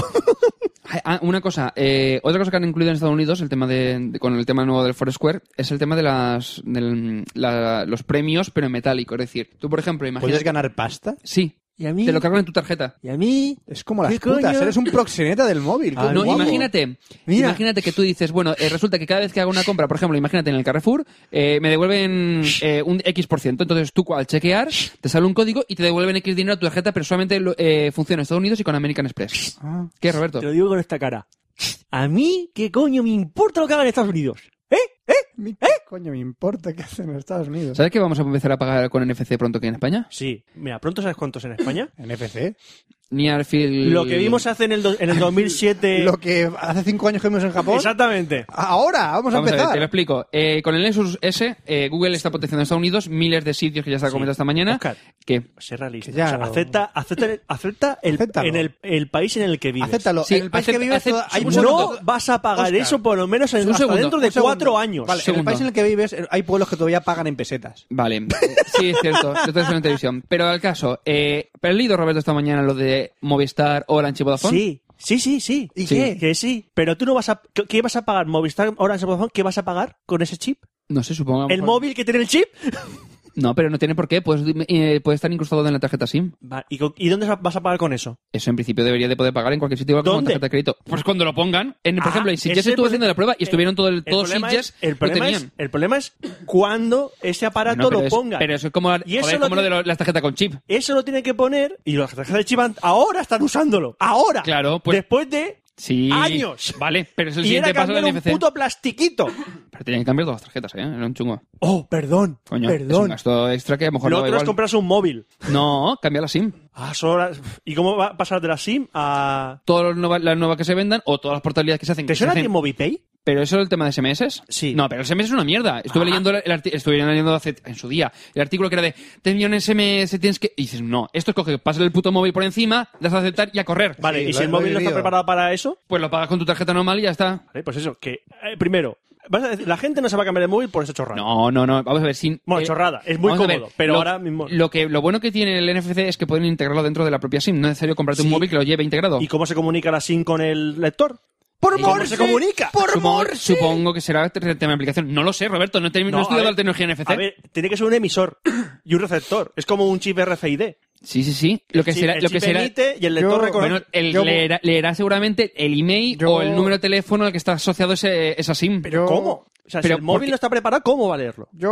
S4: Ah, una cosa, eh, otra cosa que han incluido en Estados Unidos, el tema de, de- con el tema nuevo del Foursquare, es el tema de las del- la- los premios, pero en metálico. Es decir, tú, por ejemplo, imagínate.
S3: ganar pasta?
S4: Sí,
S2: ¿Y a mí?
S4: te lo cargan en tu tarjeta.
S2: ¿Y a mí?
S3: Es como las
S2: ¿Qué
S3: putas,
S2: coño?
S3: eres un proxeneta del móvil. qué
S2: Ah,
S4: No,
S3: guapo.
S4: imagínate,
S3: Mira.
S4: imagínate que tú dices, bueno, eh, resulta que cada vez que hago una compra, por ejemplo, imagínate en el Carrefour, eh, me devuelven eh, un X%. Entonces tú al chequear, te sale un código y te devuelven X dinero a tu tarjeta, pero solamente lo- eh, funciona en Estados Unidos y con American Express.
S3: Ah.
S4: ¿Qué, Roberto?
S2: Te lo digo con esta cara. ¿A mí qué coño me importa lo que hagan en Estados Unidos? ¿Eh? ¿Eh?
S3: Mi- Coño, me importa qué hacen en Estados Unidos.
S4: ¿Sabes que vamos a empezar a pagar con NFC pronto aquí en España?
S2: Sí. Mira, pronto sabes cuántos en España.
S3: ¿NFC?
S4: Nearfield...
S2: Lo que vimos hace en el, do- en el 2007.
S3: Lo que hace cinco años que vimos en Japón.
S2: Exactamente.
S3: Ahora, vamos a
S4: Vamos a ver,
S3: empezar.
S4: te lo explico. Eh, con el Nexus S, eh, Google está potenciando en Estados Unidos miles de sitios que ya se ha comentado esta mañana.
S2: Oscar.
S4: Que
S2: Pues Sé realista.
S3: Que ya
S2: O sea,
S3: lo-
S2: acepta, acepta, el- acepta el,
S3: Acéptalo.
S2: en el, el país en el que vives.
S3: Acéptalo.
S4: Sí,
S3: en el país
S4: acep-
S3: que vives
S4: acep-
S3: toda- hay
S4: un
S3: muchos-
S2: no
S4: segundo.
S2: vas a pagar
S3: Oscar.
S2: eso por lo menos en-
S4: Un
S2: hasta
S4: segundo,
S2: dentro de
S4: un segundo.
S2: cuatro años.
S3: Vale, en el
S4: Segundo.
S3: país en el que vives eh, hay pueblos que todavía pagan en pesetas.
S4: Vale, sí, es cierto. Yo estoy en televisión. Pero al caso, eh, pero he leído, Roberto, esta mañana lo de Movistar, Orange y Vodafone.
S2: Sí, sí, sí, sí.
S3: ¿Y
S4: Sí.
S3: qué?
S2: Que sí. Pero tú no vas a... ¿Qué, qué vas a pagar? Movistar, Orange, Vodafone, ¿qué vas a pagar con ese chip?
S4: No sé, supongo. a lo
S2: ¿El
S4: mejor-
S2: móvil que tiene el chip?
S4: No, pero no tiene por qué. Puedes, eh, puede estar incrustado en la tarjeta SIM.
S2: Va, ¿Y, con- y dónde vas a pagar con eso?
S4: Eso en principio debería de poder pagar en cualquier sitio igual que con
S2: ¿Dónde?
S4: tarjeta de crédito. Pues cuando lo pongan. En, por
S2: Ah,
S4: ejemplo, en
S2: ese
S4: Sitges
S2: es el
S4: estuve
S2: proble-
S4: haciendo la prueba y estuvieron todo el, todos
S2: problema
S4: Sitges.
S2: es- el problema
S4: lo
S2: es
S4: tenían.
S2: El problema es cuando ese aparato
S4: Bueno, pero
S2: lo
S4: es-
S2: ponga.
S4: pero eso es como,
S2: Y eso
S4: joder,
S2: lo
S4: como lo de
S2: tiene-
S4: lo- las tarjetas con chip.
S2: Eso lo tienen que poner y los tarjetas de chip han- ahora están usándolo. Ahora.
S4: Claro, pues-
S2: Después de
S4: Sí.
S2: años.
S4: Vale, pero es el
S2: y era
S4: siguiente paso
S2: cambiar
S4: del
S2: un
S4: NFC.
S2: puto plastiquito.
S4: Pero tenían que cambiar todas las tarjetas, ¿eh? Era un chungo.
S2: Oh, perdón.
S4: Coño, es un
S2: perdón.
S4: gasto extra que a lo mejor
S2: Lo
S4: no da
S2: otro es
S4: igual.
S2: comprarse un móvil.
S4: No, cambia la SIM.
S2: Ah, solo la- ¿Y cómo va a pasar de la SIM a.
S4: Todas las nuevas, las nuevas que se vendan o todas las portabilidades que se hacen.
S2: ¿Te
S4: que se
S2: suena a
S4: hacen-
S2: ti Movipay?
S4: ¿Pero eso es el tema de SMS?
S2: Sí. Ah.
S4: No, pero el SMS es una mierda. Estuve leyendo, el arti- estuve leyendo hace, en su día el artículo que era de te envío un SMS, tienes que... Y dices, no, esto es coge, pasa el puto móvil por encima, das a aceptar y a correr.
S2: Vale,
S3: Sí,
S2: ¿y
S3: lo
S2: si
S3: he-
S2: el
S3: lo he
S2: móvil no está
S3: vivido.
S2: preparado para eso?
S4: Pues lo pagas con tu tarjeta normal y ya está.
S2: Vale, pues eso, que. eh, primero, vas a decir, la gente no se va a cambiar de móvil por esa chorrada.
S4: No, no, no. Vamos a ver, sin... eh,
S2: Bueno, chorrada, es muy
S4: vamos a ver,
S2: cómodo, pero
S4: lo-
S2: ahora mismo-
S4: Lo, que, lo bueno que tiene el NFC es que pueden integrarlo dentro de la propia SIM. No es necesario comprarte un
S2: Sí.
S4: móvil que lo lleve integrado.
S2: ¿Y cómo se comunica la SIM con el lector? ¡Por
S4: ¿Y cómo se
S2: comunica!
S3: ¡Por
S4: Supongo,
S3: Morse!
S4: supongo que será el tema de aplicación. No lo sé, Roberto. No, he termi- no he
S2: a
S4: estudiado
S2: ver,
S4: la tecnología NFC.
S2: A ver, tiene que ser un emisor y un receptor. Es como un chip RFID.
S4: Sí, sí, sí. Lo que
S2: Sí,
S4: será...
S2: el
S4: lo
S2: chip
S4: que será...
S2: emite y el lector
S3: Yo-
S2: reconoce.
S4: Bueno, el-
S3: Yo-
S4: leerá, leerá seguramente el email
S3: Yo-
S4: o el número de teléfono al que está asociado ese, esa SIM.
S2: ¿Pero cómo? O sea,
S4: Pero
S2: si el móvil
S4: porque-
S2: no está preparado, ¿cómo va a leerlo?
S3: Yo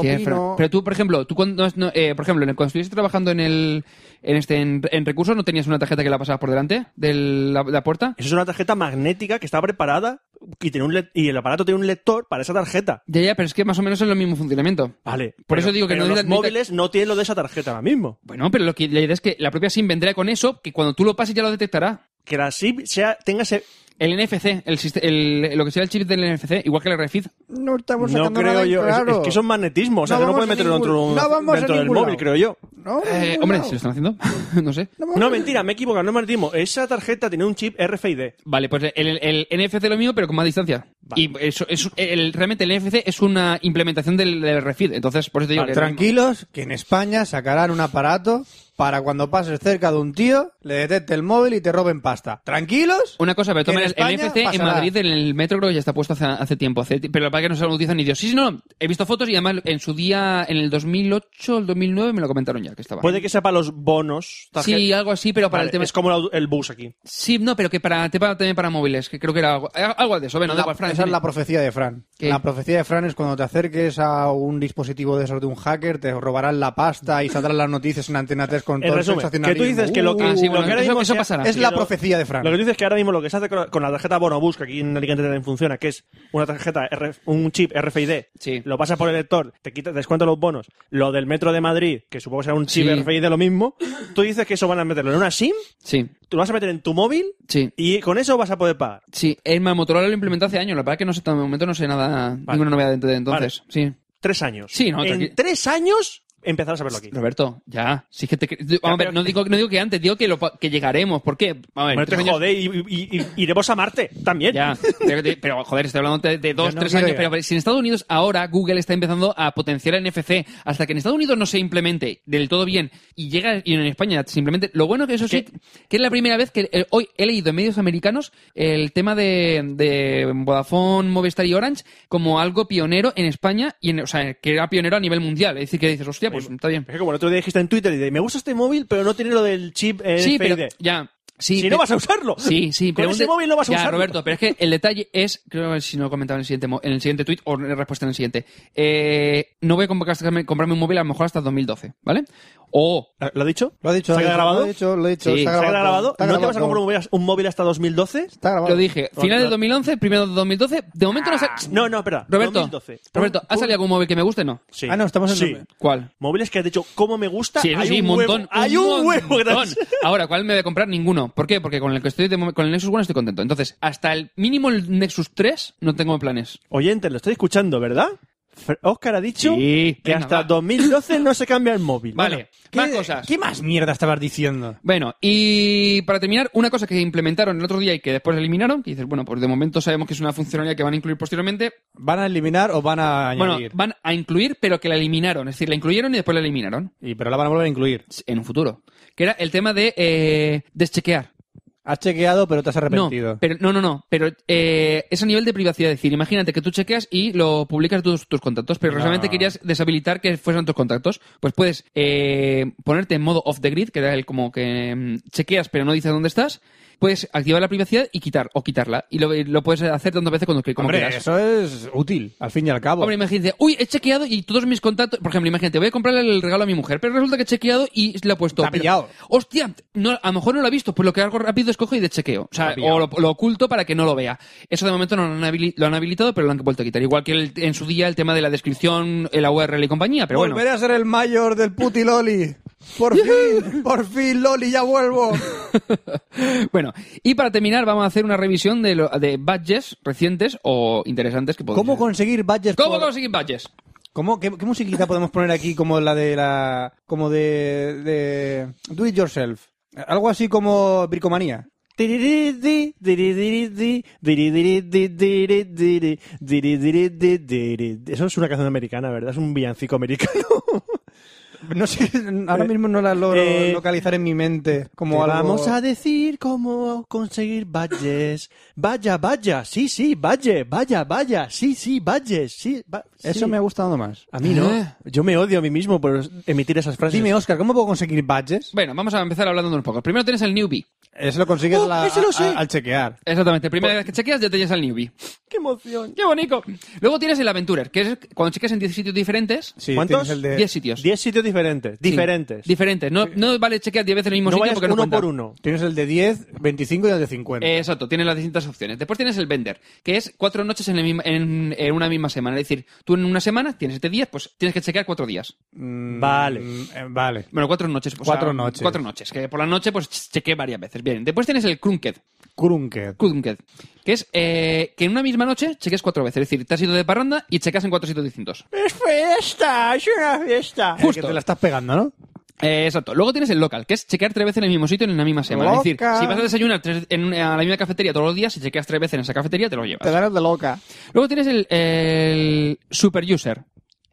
S4: Que, Fran-
S3: opino...
S4: Pero tú, por ejemplo, tú cuando, no- eh, por ejemplo, en- cuando estuviste trabajando en el en este en, en recursos, ¿no tenías una tarjeta que la pasabas por delante de la, la puerta?
S2: Eso es una tarjeta magnética que está preparada y, tiene un le- y el aparato tiene un lector para esa tarjeta.
S4: Ya, ya, pero es que más o menos es lo mismo funcionamiento.
S2: Vale.
S4: Por
S2: pero-
S4: eso digo que
S2: pero
S4: no
S2: los
S4: necesita-
S2: móviles no tienen lo de esa tarjeta ahora mismo.
S4: Bueno, pero lo que la idea es que la propia SIM vendrá con eso, que cuando tú lo pases ya lo detectará.
S2: Que la SIM sea, tenga ese...
S4: El NFC, el, sist- el- lo que sea el chip del NFC, igual que el RFID.
S3: No estamos
S2: No
S3: sacando nada
S2: creo
S3: en
S2: yo. Es-
S3: claro.
S2: Es, que son magnetismo. O sea,
S3: No
S2: que no
S3: vamos
S2: puedes
S3: a
S2: meterlo
S3: ningún-
S2: dentro, de un-
S3: no vamos a
S2: dentro del
S3: ningún
S2: móvil,
S3: lado.
S2: creo yo.
S3: No, no,
S4: Eh,
S3: no,
S4: hombre,
S3: no.
S4: ¿se lo están haciendo? no sé.
S3: No,
S2: No, mentira, me he equivocado, no es magnetismo. Esa tarjeta tiene un chip RFID.
S4: Vale, pues el, el NFC lo mío, pero con más distancia.
S2: Vale.
S4: Y eso, es el, realmente el NFC es una implementación del, del RFID. Entonces, por eso te digo
S3: Vale,
S4: que...
S3: tranquilos, que en España sacarán un aparato para cuando pases cerca de un tío, le detecte el móvil y te roben pasta. Tranquilos.
S4: Una cosa, pero
S3: que en
S4: tomen el, el
S3: España
S4: NFC en
S3: pasará.
S4: Madrid, en el metro, creo que ya está puesto hace, hace tiempo. Hace, ti- pero para que no se lo utilizan ni Dios. Sí, sí, no, no. He visto fotos y además en su día, en el 2008, el 2009, me lo comentaron ya que estaba.
S2: Puede que sea para los bonos. tarje-
S4: Sí, algo así, pero para
S2: Vale,
S4: el tema.
S2: Es como la- el bus aquí.
S4: Sí, no, pero que para, te- para- también para móviles, que creo que era algo, eh, algo de eso. Bueno, da
S3: La-
S4: igual, Fran,
S3: esa es
S4: dime.
S3: la profecía de Fran.
S4: ¿Qué?
S3: La profecía de Fran es cuando te acerques a un dispositivo de esos de un hacker, te robarán la pasta y saldrán las noticias en Antena 3 con
S2: En
S3: todo el
S2: resumen, que tú
S3: sensacionalismo. Uh,
S2: dices que lo que,
S4: Ah, sí,
S2: lo
S4: bueno,
S2: que ahora
S4: eso-
S2: mismo
S4: eso
S2: se-
S4: pasará.
S3: Es la
S2: lo-
S3: profecía de Fran.
S2: Lo que tú dices que ahora mismo lo que se hace con con la tarjeta Bonobus, que aquí en Alicante también funciona, que es una tarjeta, RF un chip RFID,
S4: Sí.
S2: lo pasas por el lector, te quita, te descuenta los bonos. Lo del Metro de Madrid, que supongo que será un chip
S4: Sí.
S2: RFID lo mismo, tú dices que eso van a meterlo en una SIM,
S4: Sí,
S2: tú lo vas a meter en tu móvil
S4: sí.
S2: y con eso vas a poder pagar.
S4: Sí, el Motorola lo implementó hace años. La verdad es que no sé, de momento no sé nada, ninguna novedad de- de entonces. Sí.
S2: Tres años.
S4: Sí, no, tranqui-
S2: En tres años empezarás a verlo aquí.
S4: Roberto, ya. Sí que te... Vamos a ver,
S2: pero-
S4: no digo, no digo que antes, digo que, lo, pa- que llegaremos. ¿Por qué? Vamos a ver,
S2: Bueno, te
S4: tres años-
S2: jodé y, y- y- iremos a Marte también.
S4: Ya, pero, que te- pero, joder, estoy hablando de, de dos,
S3: Yo no
S4: tres
S3: quiero
S4: años.
S3: ir.
S4: Pero, si en Estados Unidos ahora Google está empezando a potenciar el NFC, hasta que en Estados Unidos no se implemente del todo bien y llega y en España simplemente. Lo bueno que eso sí, que es la primera vez que eh, hoy he leído en medios americanos el tema de, de Vodafone, Movistar y Orange como algo pionero en España y en, o sea, que era pionero a nivel mundial. Es decir, que dices, hostia, pues está bien.
S2: Es que como el otro día dijiste en Twitter, y me gusta este móvil, pero no tiene lo del chip RFID.
S4: Sí, pero ya. Sí,
S2: eh, si no
S4: pe-
S2: vas a usarlo.
S4: Sí, sí,
S2: Con ese
S4: un de-
S2: móvil no vas a
S4: Ya,
S2: usarlo.
S4: Roberto, pero es que el detalle es, creo que si no lo comentaba en el siguiente, mo- en el siguiente tweet o en la respuesta en el siguiente. Eh, no voy a comprarme, comprarme un móvil a lo mejor hasta 2012, ¿¿vale? O
S2: ¿Lo ha dicho?
S3: Lo ha dicho,
S2: ¿Se ha
S3: lo ha dicho,
S2: grabado?
S3: Lo ha dicho, lo ha dicho.
S4: Sí.
S3: está
S2: ¿Se ha
S3: grabado.
S2: grabado?
S3: Está
S2: ¿No te
S3: grabado.
S2: vas a comprar un móvil- un móvil hasta 2012?
S3: Está grabado.
S4: lo dije,
S2: Bueno,
S4: final del
S2: no-
S4: 2011, primero del 2012, de momento no sé.
S2: Ah, No, no, espera.
S4: Roberto,
S2: 2012.
S4: Roberto, ¿ha salido algún móvil que me guste? No.
S2: Sí.
S3: Ah, no, estamos en
S2: Sí.
S3: el-
S4: ¿Cuál?
S2: Móviles que has dicho, ¿cómo me gusta?
S4: Sí, eso
S2: hay
S4: sí,
S2: un
S4: montón.
S2: Huevo. Hay un huevo. que te-
S4: montón. Ahora, ¿cuál me voy a comprar? Ninguno. ¿Por qué? Porque con el que estoy de mom- con el Nexus One estoy contento. Entonces, hasta el mínimo el Nexus 3 no tengo planes.
S2: Oyentes, lo estoy escuchando, ¿verdad? Fr- Oscar ha dicho
S4: Sí,
S2: que
S4: venga,
S2: hasta
S4: va.
S2: 2012 no se cambia el móvil.
S4: Vale,
S3: ¿Qué-
S4: más cosas.
S3: ¿Qué más mierda estabas diciendo?
S4: Bueno, y para terminar, una cosa que implementaron el otro día y que después eliminaron, que dices, bueno, pues de momento sabemos que es una funcionalidad que van a incluir posteriormente.
S3: ¿Van a eliminar o van a
S4: Bueno,
S3: añadir?
S4: van a incluir, pero que la eliminaron. Es decir, la incluyeron y después la eliminaron.
S3: Y, pero la van a volver a incluir.
S4: En un futuro. Que era el tema de eh, deschequear.
S3: Has chequeado, pero te has
S4: No,
S3: arrepentido.
S4: pero, no, no, no. Pero eh, es a nivel de privacidad. Es decir, imagínate que tú chequeas y lo publicas tus, tus contactos, pero realmente querías deshabilitar que fueran tus contactos. Pues puedes eh, ponerte en modo off the grid, que era el como que mm, chequeas pero no dices dónde estás. Puedes activar la privacidad y quitar o quitarla. Y lo, lo puedes hacer tantas veces cuando, como
S3: Hombre,
S4: quieras.
S3: eso es útil, al fin y al cabo.
S4: Hombre, imagínate, uy, he chequeado y todos mis contactos. Por ejemplo, imagínate, voy a comprarle el regalo a mi mujer, pero resulta que he chequeado y le he puesto.
S3: Te ha
S4: pero-
S3: pillado.
S4: Hostia, no, a lo mejor no lo ha visto, pues lo que hago rápido es cojo y deschequeo. O sea, o lo, lo oculto para que no lo vea. Eso de momento no lo han, habili- lo han habilitado, pero lo han vuelto a quitar. Igual que el- en su día el tema de la descripción, la URL y compañía, pero bueno.
S3: Volveré a ser el mayor del puti Loli. Por fin, por fin, Loli, ya vuelvo.
S4: Bueno, y para terminar, vamos a hacer una revisión de, lo- de badges recientes o interesantes que podemos.
S3: Pues ¿Cómo conseguir badges?
S4: ¿Cómo
S3: por-
S4: conseguir badges?
S3: ¿Cómo- qué, qué musiquita podemos poner aquí como la de la... como de... de... Do it yourself. Algo así como bricomanía.
S2: Tiriridi, diridiridi, diridiridi, diridiri, diridiridi, diridi. Eso es una canción americana, ¿verdad? Es un villancico americano.
S3: No sé, ahora mismo no la logro
S2: Eh,
S3: localizar en mi mente. Como
S2: Te
S3: algo-
S2: Vamos a decir cómo conseguir valles. Vaya, vaya, sí, sí, valle, vaya, vaya, sí, sí, valles, sí. va-
S3: Eso
S2: sí.
S3: me ha gustado más.
S2: A mí no.
S4: ¿Eh?
S2: Yo me odio a mí mismo por emitir esas frases.
S3: Dime, Oscar, ¿cómo puedo conseguir badges?
S4: Bueno, vamos a empezar hablando de unos pocos. Primero tienes el newbie.
S3: Eso lo consigues
S2: Oh,
S3: la-
S2: ese lo
S3: a-
S2: sé.
S3: al chequear.
S4: Exactamente,
S3: Pues
S4: primera vez que chequeas ya te llevas al newbie.
S2: ¡Qué emoción!
S4: ¡Qué bonito! Luego tienes el Adventurer, que es cuando chequeas en 10 sitios diferentes.
S3: Sí,
S2: ¿Cuántos?
S3: tienes el de-
S4: 10 sitios.
S2: 10 sitios diferentes.
S4: Sí,
S2: Diferentes.
S4: diferentes. No, no vale chequear 10 veces el mismo
S2: no
S4: sitio
S2: vayas
S4: porque no
S2: uno
S4: cuenta.
S2: por uno.
S3: Tienes el de 10, 25 y el de 50.
S4: Eh, exacto, tienes las distintas opciones. Después tienes el vender, que es cuatro noches en, la misma- en- en una misma semana. Es decir, tú en una semana tienes este 10, pues tienes que chequear cuatro días.
S3: Mm,
S2: vale.
S3: eh, vale.
S4: Bueno, cuatro noches. pues, o
S3: Cuatro
S4: sea,
S3: noches.
S4: Cuatro noches, que por la noche pues chequeé varias veces. Bien, después tienes el Crunked,
S3: Krunked.
S4: Crunked, que es eh, que en una misma noche cheques cuatro veces. Es decir, te has ido de parranda y checas en cuatro sitios distintos.
S2: ¡Es fiesta! ¡Es una fiesta!
S3: El que
S4: Justo.
S3: te la estás pegando, ¿no?
S4: Eh, exacto. Luego tienes el local, que es chequear tres veces en el mismo sitio en la misma semana. Es decir,
S3: Local.
S4: si vas a desayunar tres- en una- a la misma cafetería todos los días, si chequeas tres veces en esa cafetería, te lo llevas.
S3: Te dan el de loca.
S4: Luego tienes el, el super user.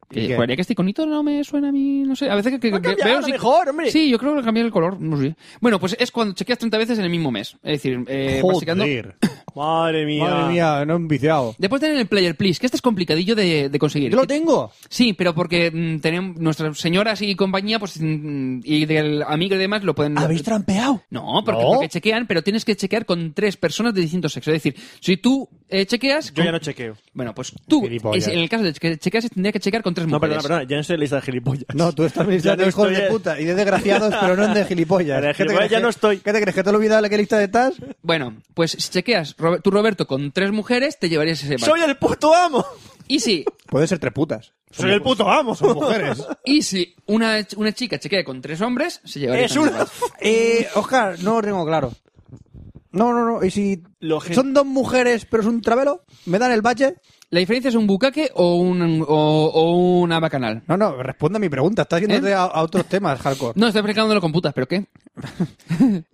S3: ¿Y
S4: Que,
S3: qué?
S4: joder, que este iconito no me suena a mí, no sé. A veces que, que-
S2: Va a
S4: que
S2: cambiar, a lo
S4: si-
S2: mejor, hombre.
S4: Sí, yo creo que cambié el color, no sé. Bueno, pues es cuando chequeas 30 veces en el mismo mes. Es decir, eh, básicamente-
S3: Joder.
S2: Madre mía.
S3: Madre mía, no un viciado.
S4: Después tener el player please, que este es complicadillo de, de conseguir.
S3: Yo lo tengo.
S4: Sí, pero porque mm, tenemos nuestras señoras y compañía, pues mm, y del amigo y demás lo pueden.
S2: ¿Habéis trampeado?
S4: No, porque,
S3: No.
S4: porque chequean, pero tienes que chequear con tres personas de distintos sexos. Es decir, si tú eh, chequeas.
S2: Yo ya
S4: con-
S2: no chequeo.
S4: Bueno, pues tú,
S3: Gilipollas.
S4: es- en el caso de que chequeas, tendría que chequear con tres
S2: No,
S4: mujeres.
S2: perdona, perdona. Ya no soy lista de gilipollas.
S3: No, tú estás listando
S2: Ya no
S3: hijos de
S2: estoy-
S3: puta y de desgraciados, pero no en de gilipollas.
S2: De
S3: ¿Qué te
S2: gilipollas
S3: crees
S2: ya
S3: que-
S2: no estoy.
S3: ¿Qué te crees? ¿Que te lo he olvidado de qué lista estás?
S4: Bueno, pues si chequeas Robert- tú, Roberto, con tres mujeres, te llevarías ese bar.
S2: ¡Soy el puto amo!
S4: Y si,
S3: Pueden ser tres putas.
S2: ¡Soy el puto amo!
S3: Son mujeres.
S4: y si una, una chica chequea con tres hombres, se llevaría
S2: ¡Es
S4: también
S2: una...
S4: el bar.
S3: eh, Oscar, no lo tengo claro. No, no, no. ¿Y si
S2: Lo gen-
S3: son dos mujeres, pero es un travelo? ¿Me dan el bache?
S4: ¿La diferencia es un bucaque o, un, o, o una bacanal?
S3: No, no, responda a mi pregunta. Estás yéndote
S4: ¿Eh?
S3: a, a otros temas, hardcore.
S4: No, estoy explicándolo con putas, ¿pero qué?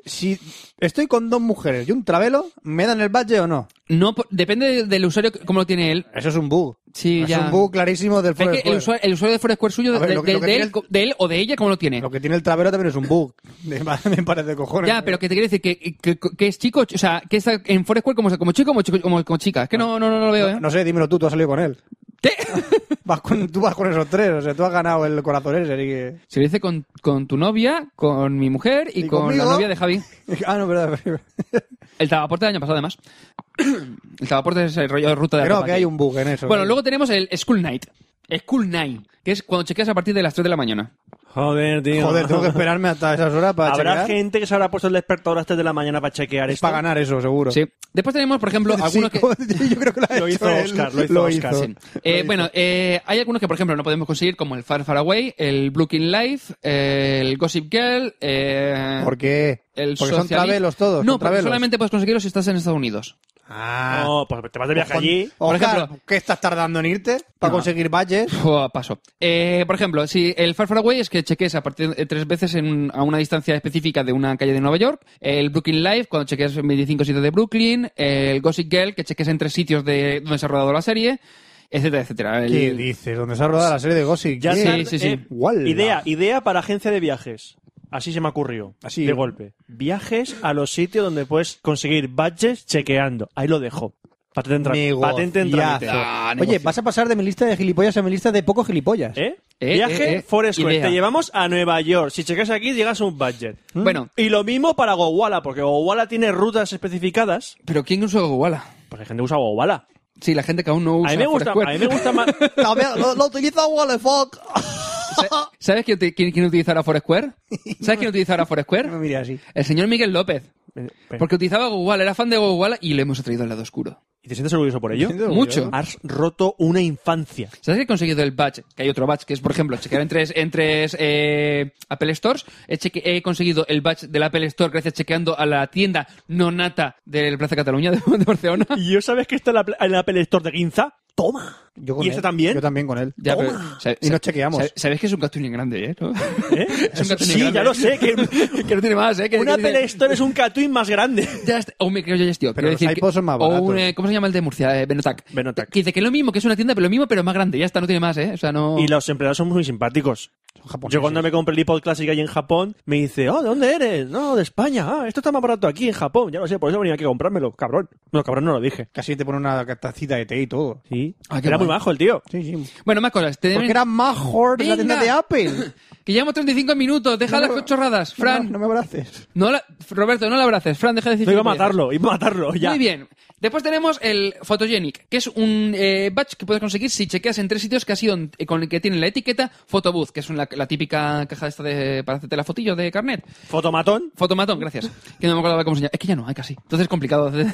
S3: Si estoy con dos mujeres y un travelo, ¿me dan el bache o no?
S4: No, po- depende del usuario que- cómo lo tiene él.
S3: Eso es un bug.
S4: Sí,
S3: es
S4: ya.
S3: un bug clarísimo del
S4: Es que el,
S3: Foursquare.
S4: usuario, el usuario de Foursquare suyo,
S3: A ver,
S4: de,
S3: lo que-
S4: de-
S3: lo que
S4: de
S3: tiene
S4: él, de él o de ella, ¿cómo lo tiene?
S3: Lo que tiene el travelo también es un bug. Me parece cojones.
S4: Ya, pero que te quiere decir que, que- que es chico, o sea, que está en Foursquare como, como chico o como, chico- como, como chica. Es que no, no, no, no lo veo, ¿eh?
S3: No sé, dímelo tú, tú has salido con él.
S4: ¿Qué?
S3: Vas con, tú vas con esos tres, o sea, tú has ganado el corazón ese, así
S4: Se lo hice con, con tu novia, con mi mujer y,
S3: ¿Y
S4: con
S3: conmigo?
S4: la novia de Javi.
S3: que... Ah, no, verdad. verdad.
S4: El tabaporte del año pasado, además. El tabaporte es el rollo de ruta de la
S3: Creo
S4: Copa
S3: que hay
S4: aquí.
S3: un bug en eso.
S4: Bueno, luego tenemos el School Night. School Night, que es cuando chequeas a partir de las 3 de la mañana.
S2: Joder, tío.
S3: Joder, tengo que esperarme hasta esas horas para
S2: Habrá
S3: chequear.
S2: gente que se habrá puesto el despertador a las 3 de la mañana para chequear esto.
S3: Para ganar eso, seguro.
S4: Sí. Después tenemos, por ejemplo,
S3: Sí,
S4: algunos que...
S3: joder, Yo creo que lo, ha
S2: Lo
S3: hecho
S2: hizo
S3: él.
S2: Oscar, lo hizo Oscar,
S4: Sí. Eh, bueno, eh, hay algunos que, por ejemplo, no podemos conseguir, como el Far Far Away, el Blooking Life, eh, el Gossip Girl... Eh,
S3: ¿Por qué?
S4: El
S3: Porque son
S4: sociali-
S3: travelos todos.
S4: No,
S3: son
S4: porque
S3: travelos.
S4: solamente puedes conseguirlos si estás en Estados Unidos.
S3: Ah.
S2: No, pues te vas de viaje allí.
S3: Por
S4: Por
S3: ejemplo,
S4: ejemplo-
S3: ¿qué estás tardando en irte para
S4: No.
S3: conseguir valles?
S4: Pua, paso. Eh, por ejemplo, si el Far Far Away es que cheques a partir eh, tres veces en- a una distancia específica de una calle de Nueva York, el Brooklyn Live cuando cheques en 25 sitios de Brooklyn, el Gossip Girl que cheques en tres sitios de donde se ha rodado la serie, etcétera, etcétera. El-
S3: ¿Qué dices? ¿Dónde se ha rodado la serie de Gossip?
S2: Ya eh,
S3: Girl?
S4: Sí, sí, sí.
S3: Guala.
S2: idea, idea para agencia de viajes. Así se me ocurrió.
S3: Así.
S2: De golpe. Viajes a los sitios donde puedes conseguir badges chequeando. Ahí lo dejo. Patente en, tra-
S3: Negociazo.
S2: patente en trámite.
S4: Ah,
S3: Oye,
S4: negocio.
S3: vas a pasar de mi lista de gilipollas a mi lista de pocos gilipollas.
S2: ¿Eh?
S4: Eh,
S2: Viaje
S4: eh, eh.
S2: Forest Square.
S4: Idea. Mm.
S2: Te llevamos a Nueva York. Si cheques aquí, llegas a un budget.
S4: Bueno.
S2: Y lo mismo para Gowala, porque Gowala tiene rutas especificadas.
S4: Pero ¿quién usa Gowala?
S2: Pues hay gente que usa Gowala.
S4: Sí, la gente que aún no usa
S2: A mí me gusta,
S4: Foursquare.
S2: a mí me gusta más.
S3: También lo, lo utiliza eh, Wallefuck.
S4: Sa- ¿Sabes quién, uti- quién, quién utilizará Foursquare? ¿Sabes quién utilizará Foursquare?
S3: No me mire así.
S4: El señor Miguel López.
S2: Pero-
S4: Porque utilizaba Google, era fan de Google y le hemos traído al lado oscuro.
S2: ¿Y te sientes orgulloso por ello?
S4: Mucho.
S2: Has roto una infancia.
S4: ¿Sabes que he conseguido el badge? Que hay otro badge, que es, por ejemplo, chequear en tres, en tres, eh, Apple Stores. He, cheque- he conseguido el badge del Apple Store gracias chequeando a la tienda nonata del Plaza Cataluña de, de Barcelona.
S2: ¿Y yo sabes que está en la, en la Apple Store de Ginza? ¡Toma!
S3: Yo con
S2: ¿Y
S3: él.
S2: este también?
S3: Yo también con él.
S4: Ya, pero-
S2: Toma.
S4: sabe-
S3: Y nos
S4: sabe-
S3: chequeamos.
S4: sabe- Sabes que es un cartulín grande, ¿eh? ¿No?
S2: ¿Eh?
S4: Es un cartulín
S2: Sí,
S4: grande.
S2: ya lo sé. Que
S4: que no tiene más, ¿eh? Que-
S2: una
S4: que-
S2: Apple Store es un Catwin más grande.
S4: Ya está- o un microdigestión.
S3: Pero los iPods son más
S4: O un,
S3: baratos.
S4: eh, ¿Cómo se llama el de Murcia? Eh, Benotac.
S2: Benotac.
S4: Que dice que es lo mismo, que es una tienda, pero lo mismo, pero más grande. Ya está, no tiene más, ¿eh? O sea, no...
S2: Y los empleados son muy simpáticos.
S3: Son japoneses.
S2: Yo cuando me compré el iPod Classic ahí en Japón, me dice, oh, ¿de dónde eres? No, de España. Ah, esto está más barato aquí en Japón. Ya lo sé, por eso venía aquí a comprármelo, cabrón. No, cabrón no lo dije.
S3: Casi te pone una tacita de té y todo.
S2: Sí.
S4: Ah, qué
S2: Era muy
S4: guay.
S2: bajo el tío.
S3: Sí, sí.
S4: Bueno, más cosas. Te
S3: Porque era mejor la tienda
S4: Venga.
S3: de Apple.
S4: Que llevamos 35 minutos. Deja las chorradas.
S3: No,
S4: Fran, no,
S3: no me abraces.
S4: la- Roberto, no la abraces. Fran, deja de decir...
S2: No iba a
S4: gilipolleces.
S2: matarlo, iba a matarlo ya.
S4: Muy bien. Después tenemos el Photogenic, que es un eh, badge que puedes conseguir si chequeas en tres sitios que ha sido eh, con el que tienen la etiqueta Photobooth, que es una- la típica caja esta de, para hacerte la fotillo de carnet.
S2: Fotomatón.
S4: Fotomatón, gracias. Que no me acordaba cómo se llama. Es que ya no hay casi. Entonces es complicado de, de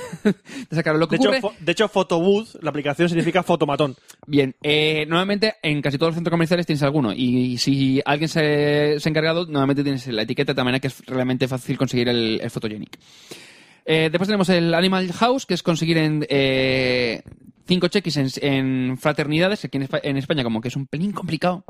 S4: sacarlo. Lo que
S2: De hecho,
S4: ocurre-
S2: fo- de hecho, Photobooth, la aplicación significa fotomatón.
S4: Bien, eh, normalmente en casi todos los centros comerciales tienes alguno. Y si alguien se, se ha encargado, normalmente tienes la etiqueta de tal manera que es realmente fácil conseguir el, el Photogenic. Eh, después tenemos el Animal House, que es conseguir en eh, cinco cheques en, en fraternidades, que aquí en, Espa- en España como que es un pelín complicado.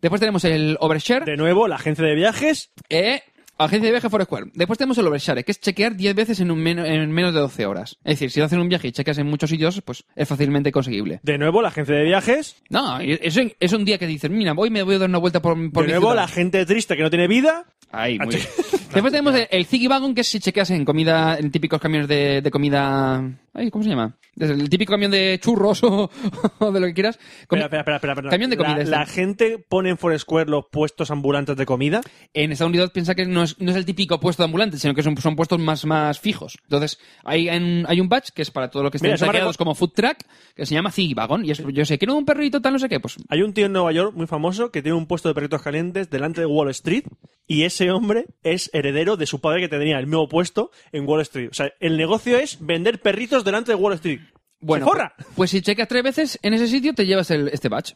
S4: Después tenemos el Overshare.
S2: De nuevo, la agencia de viajes.
S4: Eh, agencia de viaje Foursquare. Después tenemos el overshare, que es chequear 10 veces en, un men- en menos de 12 horas. Es decir, si haces un viaje y checas en muchos sitios, pues es fácilmente conseguible.
S2: De nuevo, la agencia de viajes.
S4: No, es, es un día que dices, mira, hoy me voy a dar una vuelta por, por
S2: de
S4: mi
S2: nuevo,
S4: ciudad".
S2: la gente triste que no tiene vida.
S4: Ahí, muy
S2: Ah,
S4: bien.
S2: sí.
S4: Después tenemos el, el Ziggy Wagon, que es si chequeas en comida, en típicos camiones de, de comida... Ay, ¿cómo se llama? Desde El típico camión de churros o, o de lo que quieras. Comi-
S2: Espera, espera, espera, espera, espera.
S4: Camión de comida,
S2: La,
S4: este.
S2: la gente pone en Foursquare los puestos ambulantes de comida.
S4: en Estados Unidos piensa que no es, no es el típico puesto de ambulante, sino que son, son puestos más, más fijos. Entonces, hay, en- hay un badge que es para todo lo que estén
S2: Mira, se me ha
S4: saqueados
S2: reco-
S4: como food truck, que se llama Ziggy Wagon. Y es, yo sé, quiero un perrito, tal, no sé qué. Pues
S2: Hay un tío en Nueva York muy famoso que tiene un puesto de perritos calientes delante de Wall Street y ese hombre es heredero de su padre que tenía el mismo puesto en Wall Street. O sea, el negocio es vender perritos delante de Wall Street.
S4: Bueno,
S2: ¡Se forra!
S4: Pues, pues si checas tres veces en ese sitio, te llevas el, este badge.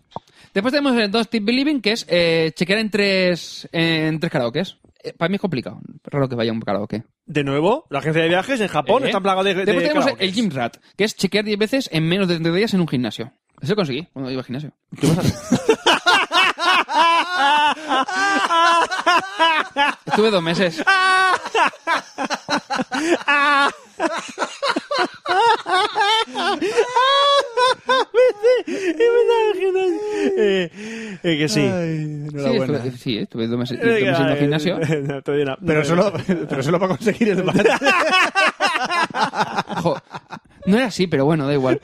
S4: Después tenemos el Don't Tip Believing, que es eh, chequear en tres, en tres karaokes. Eh, para mí es complicado. Raro que vaya a un karaoke.
S2: De nuevo, la agencia de viajes en Japón
S4: Eh,
S2: está plagada de, de
S4: Después tenemos el-
S2: karaokes.
S4: el Gym Rat, que es chequear 10 veces en menos de 30 días en un gimnasio. Eso lo conseguí cuando iba al gimnasio. Estuve dos meses.
S2: Es verdad, genial. Eh, eh, que sí.
S3: Ay,
S4: Sí,
S3: enhorabuena.
S4: estuve, sí, estuve dos meses, dos meses
S2: Venga,
S4: en el
S2: eh,
S4: gimnasio.
S2: no, todavía no.
S3: pero,
S2: No,
S3: solo, pero solo para conseguir el bate.
S4: Jo, no era así, pero bueno, da igual.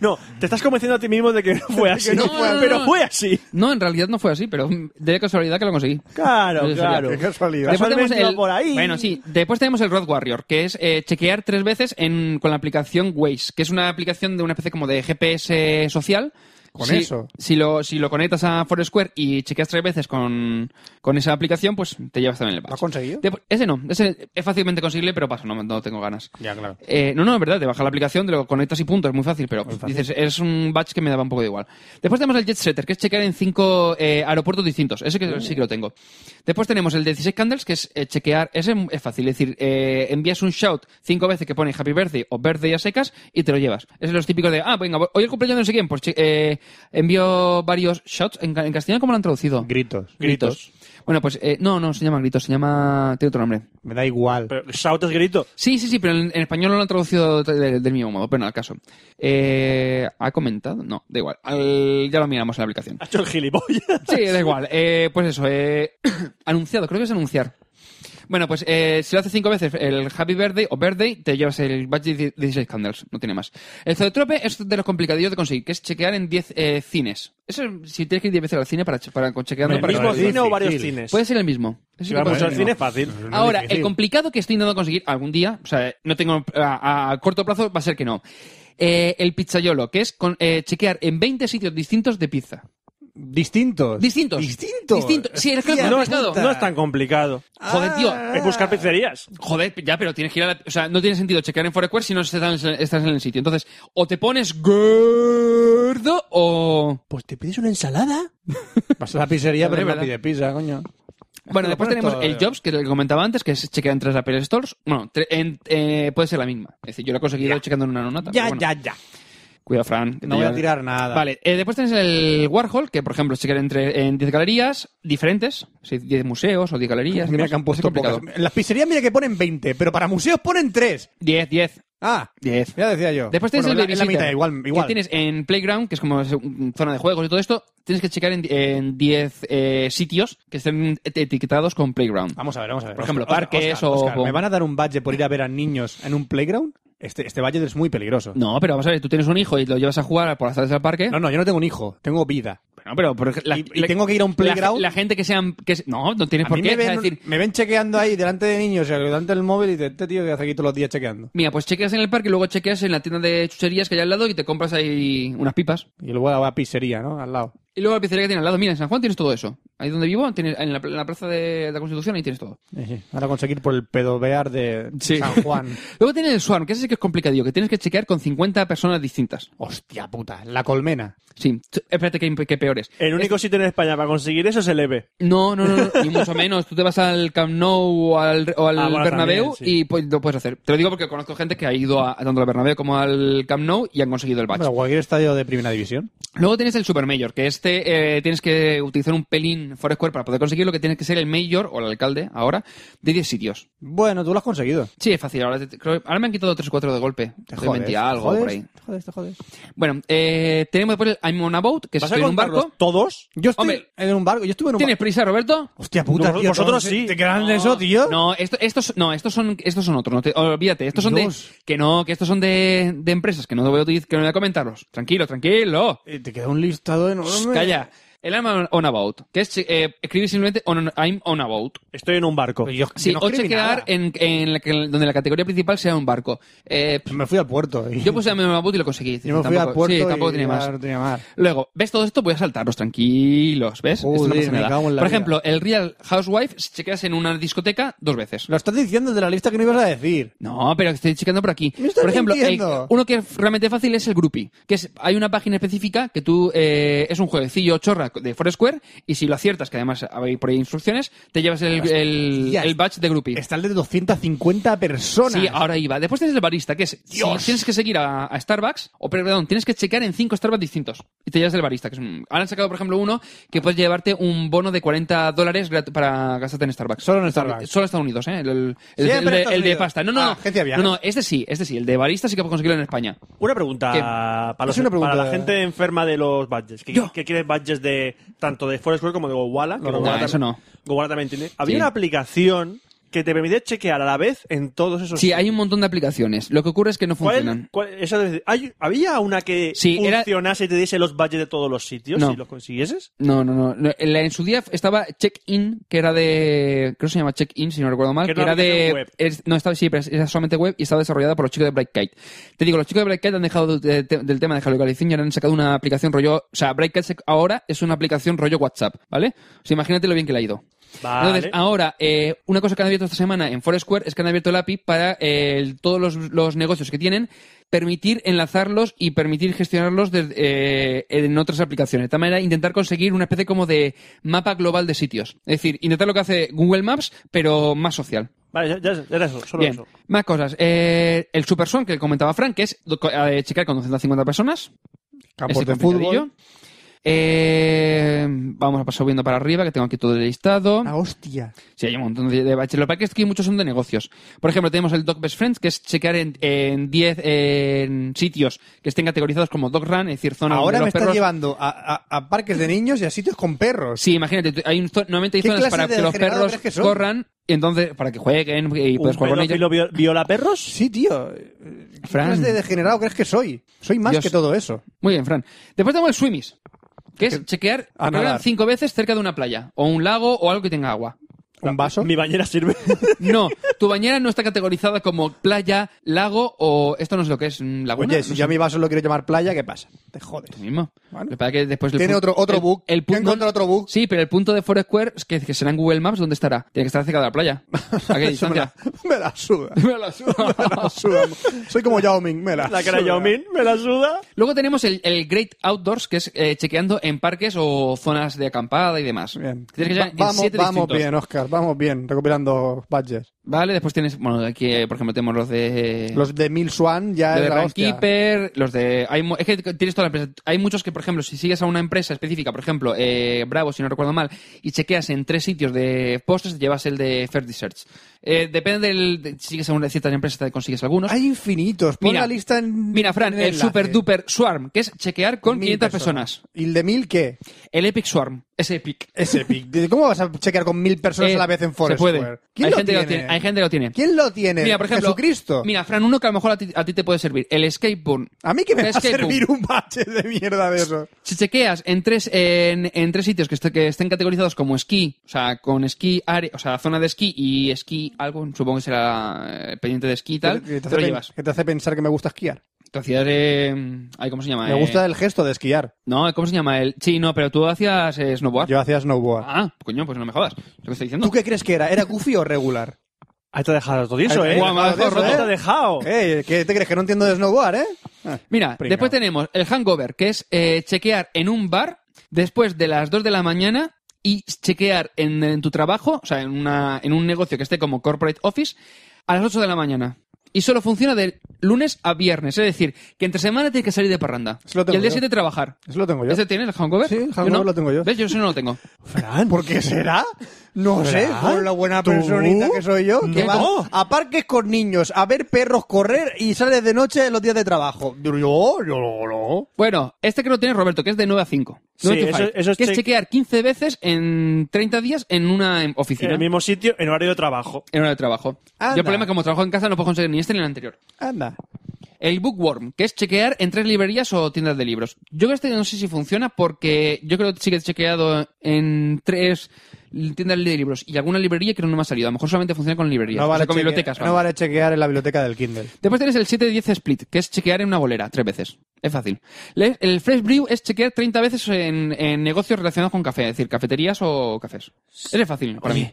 S2: No, te estás convenciendo a ti mismo de que no fue así.
S4: no fue así.
S2: pero fue así.
S4: No, en realidad no fue así, pero mm, de casualidad que lo conseguí.
S2: Claro,
S4: Eso sería.
S2: claro.
S3: Qué casualidad.
S4: Después tenemos
S2: Casualmente iba
S4: el-
S2: por ahí.
S4: Bueno, sí. Después tenemos el Road Warrior, que es eh, chequear tres veces en, con la aplicación Waze, que es una aplicación de una especie como de GPS social.
S3: Con
S4: Si-
S3: eso.
S4: Si lo, si lo conectas a Foursquare y chequeas tres veces con, con esa aplicación, pues te llevas también el
S3: ¿Lo has
S4: badge.
S3: conseguido?
S4: Depo- Ese no, ese es fácilmente conseguible, pero paso, no, no tengo ganas.
S3: Ya, claro.
S4: Eh, no, no, es verdad, te baja la aplicación, te lo conectas y punto, es muy fácil, pero dices, es un batch que me daba un poco de igual. Después tenemos el Jet Setter, que es chequear en cinco eh, aeropuertos distintos, ese que sí que lo tengo. Después tenemos el 16 Candles, que es eh, chequear, ese es fácil, es decir, eh, envías un shout cinco veces que pone Happy Birthday o Birthday a secas y te lo llevas. Es los típicos de, ah, venga, hoy el cumpleaños de no sé quién, pues che- eh, envío varios shouts, en, ca- en castellano ¿cómo lo han traducido?
S3: Gritos.
S2: Gritos.
S4: Bueno, pues eh, no, no se llama gritos, se llama... tiene otro nombre.
S3: Me da igual.
S2: Pero shout es grito.
S4: Sí, sí, sí, pero en, en español no lo han traducido de- de- del mismo modo, pero no, al caso. Eh, ¿Ha comentado? No, da igual. Al- ya lo miramos en la aplicación.
S2: Ha hecho el gilipollas.
S4: Sí, da igual. Eh, pues eso, eh, anunciado, creo que es anunciar. Bueno, pues eh, si lo haces cinco veces el Happy Birthday o Birthday, te llevas el Badge de 16 Candles, no tiene más. El Zoetrope es de los complicadillos de conseguir, que es chequear en 10 eh, cines. Eso si tienes que ir 10 veces al cine para, che- para chequearlo.
S2: ¿El
S4: para-
S2: mismo
S3: es
S2: cine o
S3: difícil.
S2: varios cines?
S4: Puede ser el mismo.
S2: si
S4: Eso que puede
S2: vamos
S4: ser
S2: al
S4: el
S2: cine
S4: mismo.
S2: es fácil.
S4: Ahora,
S3: difícil.
S4: el complicado que estoy intentando conseguir algún día, o sea, no tengo eh, a, a corto plazo, va a ser que no. Eh, el pizzaiolo, que es con, eh, chequear en 20 sitios distintos de pizza.
S3: Distintos.
S4: Distintos.
S3: Distintos.
S4: Distinto. Sí, es que es
S3: Hostia,
S2: No es,
S4: complicado.
S2: no es tan complicado.
S3: Ah.
S4: Joder, tío.
S2: Es buscar pizzerías.
S4: Joder, ya, pero tienes que ir a la- O sea, no tiene sentido chequear en Foursquare si no estás, estás en el sitio. Entonces, o te pones gordo o...
S2: Pues te pides una ensalada.
S3: Vas a la pizzería,
S4: Hombre,
S3: pero no
S4: ¿verdad?
S3: pide pizza, coño. Lo
S4: Bueno, después
S3: pones
S4: tenemos
S3: todo,
S4: el
S3: eh.
S4: Jobs, que te comentaba antes, que es chequear en tres Apple Stores. Bueno, tre- en- eh, puede ser la misma. Es decir, yo lo he conseguido chequeando en una nota. pero bueno.
S3: ya.
S4: Cuidado, Fran. que
S3: No
S4: te
S3: voy a
S4: lleva-
S3: tirar nada.
S4: Vale, eh, después tienes el Warhol, que por ejemplo es chequear entre, en 10 galerías diferentes, sí, 10 museos o 10 galerías.
S3: Mira
S4: demás.
S3: que han puesto
S4: Es complicado.
S3: pocas. En las pizzerías mira que ponen 20, pero para museos ponen 3.
S4: 10, 10.
S3: Ah,
S4: 10.
S3: ya decía yo.
S4: Después tienes
S3: Bueno,
S4: el
S3: en la- en la
S4: babysitter,
S3: mitad, igual,
S4: que
S3: igual.
S4: tienes en Playground, que es como es un- zona de juegos y todo esto, tienes que checar en en 10 eh, sitios que estén et- etiquetados con Playground.
S3: Vamos a ver, vamos a ver.
S4: Por ejemplo,
S3: Oscar,
S4: parques
S3: Oscar,
S4: o-
S3: Oscar, ¿Me van a dar un badge por ir a ver a niños en un playground? Este, este badge es muy peligroso.
S4: No, pero vamos a ver, tú tienes un hijo y lo llevas a jugar por las tardes al parque.
S3: No, no, yo no tengo un hijo, tengo vida.
S4: Bueno, pero por ej- la-
S3: Y- y
S4: la-
S3: tengo que ir a un playground.
S4: La, la gente que sean. Que, se- no, no tienes
S3: A
S4: por
S3: mí
S4: qué.
S3: me
S4: o sea,
S3: ven,
S4: decir,
S3: me ven chequeando ahí delante de niños, o sea, delante del móvil y de este tío que hace aquí todos los días chequeando.
S4: mira, pues chequeas en el parque y luego chequeas en la tienda de chucherías que hay al lado y te compras ahí unas pipas.
S3: Y luego a la pizzería, ¿no? Al lado.
S4: Y luego la pizzería que tiene al lado. Mira, en San Juan tienes todo eso. Ahí donde vivo, tienes- en, la, en la plaza de, la Constitución, ahí tienes todo.
S3: Sí, sí. Ahora conseguir por el pedobear de
S4: Sí.
S3: San Juan.
S4: Luego tienes el Swarm, que ese sí que es complicadillo, que tienes que chequear con 50 personas distintas.
S3: Hostia puta, la colmena.
S4: Sí, t- espérate que, que peores.
S2: El único sitio en España para conseguir eso es el EVE.
S4: No, no, no, no, ni mucho menos. Tú te vas al Camp Nou o al, o al
S2: Ah, bueno,
S4: Bernabéu
S2: también, sí.
S4: y pues, lo puedes hacer. Te lo digo porque conozco gente que ha ido a, tanto al Bernabéu como al Camp Nou y han conseguido el
S3: Bueno,
S4: batch.
S3: cualquier estadio de primera división.
S4: Luego tienes el Super Mayor, que este eh, tienes que utilizar un pelín Foursquare para poder conseguir lo que tiene que ser el Mayor o el alcalde ahora de 10 sitios.
S3: Bueno, tú lo has conseguido.
S4: Sí, es fácil. Ahora, te- creo- ahora me han quitado 3 o 4 de golpe.
S3: Te
S4: Estoy
S3: jodes,
S4: mentira,
S3: te
S4: algo
S3: jodes,
S4: por ahí.
S3: Te jodes, te jodes.
S4: Bueno, eh, tenemos después el I'm on a boat, que es
S2: ¿Vas a
S4: estoy en un
S2: contarlos
S4: barco.
S2: todos?
S3: Yo estoy
S4: Hombre.
S3: en un barco, yo estuve en un
S4: ¿Tienes
S3: barco.
S4: prisa, Roberto?
S3: Hostia puta,
S2: Vos-
S3: tío,
S2: vosotros
S3: ¿te-
S2: sí.
S3: ¿Te quedan de eso, tío?
S4: No, esto, estos, no, estos son, estos son otros. No te- olvídate, estos son
S3: Dios.
S4: de, que no, que estos son de, de empresas, que no voy a, utilizar- que no voy a comentarlos. Tranquilo, tranquilo.
S3: Eh, te queda un listado enorme.
S4: Shh, Calla. El I'm on about, que es eh, escribir simplemente on, I'm on about.
S2: Estoy en un barco.
S3: Pero yo-
S4: Sí,
S3: yo no
S4: o
S3: escribí
S4: chequear
S3: nada.
S4: en, en la que- donde la categoría principal sea un barco. Eh, pff,
S3: Me fui al puerto. y-
S4: yo pues puse I'm on about y lo conseguí.
S3: Yo me fui al
S4: Tampoco-
S3: puerto
S4: Sí, tampoco
S3: y
S4: tiene
S3: ya
S4: más.
S3: no tenía más.
S4: Luego, ¿ves todo esto? Voy a saltarlos tranquilos, ¿ves? Esto no
S3: Joder,
S4: pasa
S3: me
S4: nada.
S3: cago en la
S4: Por
S3: vida.
S4: ejemplo, el Real Housewife, si chequeas en una discoteca, dos veces.
S3: Lo estás diciendo el de la lista que no ibas a decir.
S4: No, pero estoy chequeando por aquí.
S3: Me estás
S4: por ejemplo,
S3: mintiendo.
S4: eh, uno que es realmente fácil es el Groupie, que es, hay una página específica que tú eh, es un jueguecillo chorra de Foursquare y si lo aciertas, que además hay por ahí instrucciones, te llevas el, el,
S3: Hostia,
S4: el badge de Groupie.
S3: Está el de 250 personas.
S4: Sí, ahora iba. Después tienes el barista, que es si tienes que seguir a, a Starbucks, o perdón, tienes que checar en cinco Starbucks distintos y te llevas el barista. Que es un- ahora han sacado, por ejemplo, uno que puedes llevarte un bono de 40 dólares grat- para gastarte en Starbucks.
S3: Solo en Starbucks.
S4: Solo en Estados Unidos, ¿eh? El, el- el-
S3: Siempre
S4: el de,
S3: Estados
S4: el de
S3: Unidos.
S4: pasta. No, no,
S3: Ah,
S4: no.
S3: agencia de
S4: no,
S3: viajes.
S4: no, este sí, este sí. El de barista sí que puedes conseguirlo en España.
S2: Una pregunta,
S4: ¿Qué?
S2: para, los-
S3: Es una pregunta-
S2: para la gente enferma de los badges. que
S4: Yo.
S2: que quiere badges de tanto de Foursquare como de Gowala? que
S3: No,
S2: Gowala
S4: eso
S2: tam-
S4: no.
S2: Gowala también tiene. Había
S4: Sí.
S2: una aplicación que te permitía chequear a la vez en todos esos
S4: Sí, hay un montón de aplicaciones. Lo que ocurre es que no
S2: ¿Cuál-
S4: funcionan.
S2: cuál- eso de- hay- ¿Había una que
S4: Sí, era-
S2: funcionase y te diese los badges de todos los sitios
S4: No.
S2: si los consiguieses?
S4: No, no, no. No, En, la- en su día estaba Check-in, que era de. Creo que se llama Check-in, si no recuerdo mal.
S2: Que
S4: Que,
S2: era
S4: era
S2: una
S4: de.
S2: aplicación web.
S4: es- no, estaba, sí, pero era solamente web y estaba desarrollada por los chicos de Brightkite. Te digo, los chicos de Brightkite han dejado de- de- del tema de geolocalización y ahora han sacado una aplicación rollo. O sea, Brightkite se- ahora es una aplicación rollo WhatsApp, ¿vale? O sea, imagínate lo bien que le ha ido.
S2: Vale.
S4: Entonces, ahora, eh, una cosa que han abierto esta semana en Foursquare es que han abierto el API para eh, el- todos los, los negocios que tienen permitir enlazarlos y permitir gestionarlos desde, eh, en otras aplicaciones. De tal manera, intentar conseguir una especie como de mapa global de sitios. Es decir, intentar lo que hace Google Maps, pero más social.
S2: Vale, ya, ya- ya era eso, solo
S4: Bien,
S2: eso.
S4: más cosas. Eh, el Superson que comentaba Frank, que es do- co- eh, checar con 250 personas.
S3: Campos
S4: Ese
S3: de fútbol.
S4: complicadillo. Eh, vamos a pasar subiendo para arriba, que tengo aquí todo el listado.
S3: Ah, hostia.
S4: Sí, hay un montón de, de baches. Lo que pasa es que muchos son de negocios. Por ejemplo, tenemos el Dog Best Friends, que es checar en en 10 en sitios que estén categorizados como Dog Run, es decir, zona
S3: ahora
S4: de
S3: me
S4: los
S3: estás
S4: perros.
S3: llevando a, a- a parques de niños y a sitios con perros.
S4: Sí, imagínate, tú- hay un, zo- normalmente hay
S3: ¿Qué
S4: zonas
S3: clase
S4: para
S3: de
S4: que los
S3: degenerado
S4: perros
S3: crees que son?
S4: corran, y entonces, para que jueguen y puedes jugar con ellos.
S2: pedófilo vio- viola perros?
S3: Sí, tío. Eh, ¿Qué
S4: Fran.
S3: clase de degenerado crees que soy? Soy más
S4: Dios.
S3: que todo eso.
S4: Muy bien, Fran. Después tenemos el Swimmies, que es chequear
S3: a
S4: corran
S3: nadar.
S4: cinco veces cerca de una playa, o un lago, o algo que tenga agua. Ah,
S3: ¿Un vaso?
S2: Mi bañera sirve.
S4: No, tu bañera no está categorizada como playa, lago o esto no es lo que es, mm, laguna.
S3: Oye,
S4: no
S3: si
S4: sé.
S3: yo a mi vaso lo quiero llamar playa, ¿qué pasa? Te jodes.
S4: Tú mismo.
S3: Bueno.
S4: Lo que pasa es que después el
S3: Tiene
S4: pu-
S3: otro- otro
S4: el-
S3: bug.
S4: El
S3: Yo encuentro otro bug.
S4: Sí, pero el punto de Foursquare es que, que será en Google Maps, ¿dónde estará? Tiene que estar cerca de la playa. ¿A qué
S3: Eso me,
S4: distancia?
S3: la, me la suda.
S4: Me la suda.
S3: Me la suda. Soy como Yao Ming, me la
S2: La cara de
S3: suda.
S2: Yao Ming, me la suda.
S4: Luego tenemos el, el Great Outdoors, que es eh, chequeando en parques o zonas de acampada y demás.
S3: Bien.
S4: Tienes que
S3: Va-
S4: llegar en
S3: vamos
S4: siete
S3: vamos
S4: distintos.
S3: bien, Oscar. Vamos bien, recopilando badges.
S4: Vale, después tienes, bueno, aquí eh, por ejemplo tenemos los de...
S3: Los de Mil Swan ya
S4: los de
S3: es la hostia.
S4: Runkeeper, los de... Hay, mu- es que tienes toda la empresa. Hay muchos que, por ejemplo, si sigues a una empresa específica, por ejemplo, eh, Bravo, si no recuerdo mal, y chequeas en tres sitios de postes, te llevas el de Fair Search. Eh, depende del. de- sí que según ciertas empresas te consigues algunos.
S3: Hay infinitos. Pon la lista en.
S4: mira, Fran,
S3: en
S4: el
S3: enlace.
S4: Super Duper Swarm, que es chequear con
S3: Mil
S4: 500 personas.
S3: ¿Y el de mil qué?
S4: El Epic Swarm, es Epic.
S3: Es Epic. Dice, ¿Cómo vas a chequear con mil personas
S4: Eh,
S3: a la vez en Forest
S4: Se puede.
S3: Square?
S4: Hay gente que lo tiene. Hay gente que lo tiene.
S3: ¿Quién lo tiene?
S4: Mira, por ejemplo,
S3: Jesucristo.
S4: Mira, Fran, uno que a lo mejor a ti, a ti te puede servir. El Skateboard.
S3: a mí que me va a
S4: Escape room.
S3: servir un bache de mierda de eso.
S4: Si chequeas en tres, en, en tres sitios que, est- que estén categorizados como esquí, o sea, con esquí, área, o sea, zona de esquí y esquí, algo, supongo que será eh, pendiente de esquí y tal,
S3: Que
S4: te,
S3: te,
S4: lo
S3: hace,
S4: llevas.
S3: que te hace pensar que me gusta esquiar.
S4: Tú hacías, eh, ay, ¿cómo se llama?
S3: Me
S4: Eh,
S3: gusta el gesto de esquiar.
S4: No, ¿cómo se llama? El... Sí, no, pero tú hacías eh, snowboard.
S3: Yo hacía snowboard.
S4: Ah, coño, pues no me jodas. Lo que estoy diciendo.
S3: ¿Tú qué crees que era? ¿Era goofy o regular?
S2: Ahí te ha dejado todo eso,
S4: Ahí-
S2: ¿eh?
S4: Guau, me ha dejado
S2: Ahí te
S3: roto.
S2: ha dejado.
S3: Eh, ¿Qué te crees que no entiendo de snowboard, eh? Ah,
S4: Mira,
S3: pringao.
S4: después tenemos el hangover, que es eh, chequear en un bar después de las 2 de la mañana y chequear en, en tu trabajo, o sea, en, una, en un negocio que esté como corporate office, a las 8 de la mañana. Y solo funciona de lunes a viernes. Es decir, que entre semana tienes que salir de parranda.
S3: Eso lo
S4: Y
S3: tengo
S4: el día
S3: yo.
S4: 7 trabajar.
S3: Eso lo tengo yo.
S4: ¿Ese tienes el hangover?
S3: Sí, el
S4: Yo
S3: hangover
S4: no.
S3: lo tengo yo.
S4: ¿Ves? Yo eso no lo tengo.
S2: Fran,
S3: ¿Por qué será? No sé,
S2: ¿Fran?
S3: por la buena
S2: ¿Tú?
S3: personita que soy yo, que
S2: No.
S3: va a parques con niños, a ver perros correr y sales de noche en los días de trabajo. Yo, yo, yo, yo.
S4: Bueno, este que lo tiene Roberto, que es de 9 a 5.
S2: Sí,
S4: 9 to
S2: eso-
S4: 5,
S2: eso es
S4: que es
S2: check-
S4: chequear 15 veces en 30 días en una em,
S2: en
S4: oficina.
S3: ¿Eh?
S2: el mismo sitio, en horario de trabajo.
S4: En hora de trabajo.
S3: Anda.
S4: Yo el problema es que como trabajo en casa no puedo conseguir ni este ni el anterior.
S3: Anda.
S4: El bookworm, que es chequear en tres librerías o tiendas de libros. Yo este no sé si funciona porque yo creo que sí que he chequeado en tres tiendas de libros y alguna librería que no me ha salido. A lo mejor solamente funciona con librerías. o sea,
S3: chequear-
S4: con bibliotecas.
S3: no
S4: vamos.
S3: vale chequear en la biblioteca del Kindle.
S4: Después tienes el 7-10 split, que es chequear en una bolera, tres veces. Es fácil. Le- El fresh brew es chequear 30 veces en, en negocios relacionados con café, es decir, cafeterías o cafés. Ese es fácil para mí.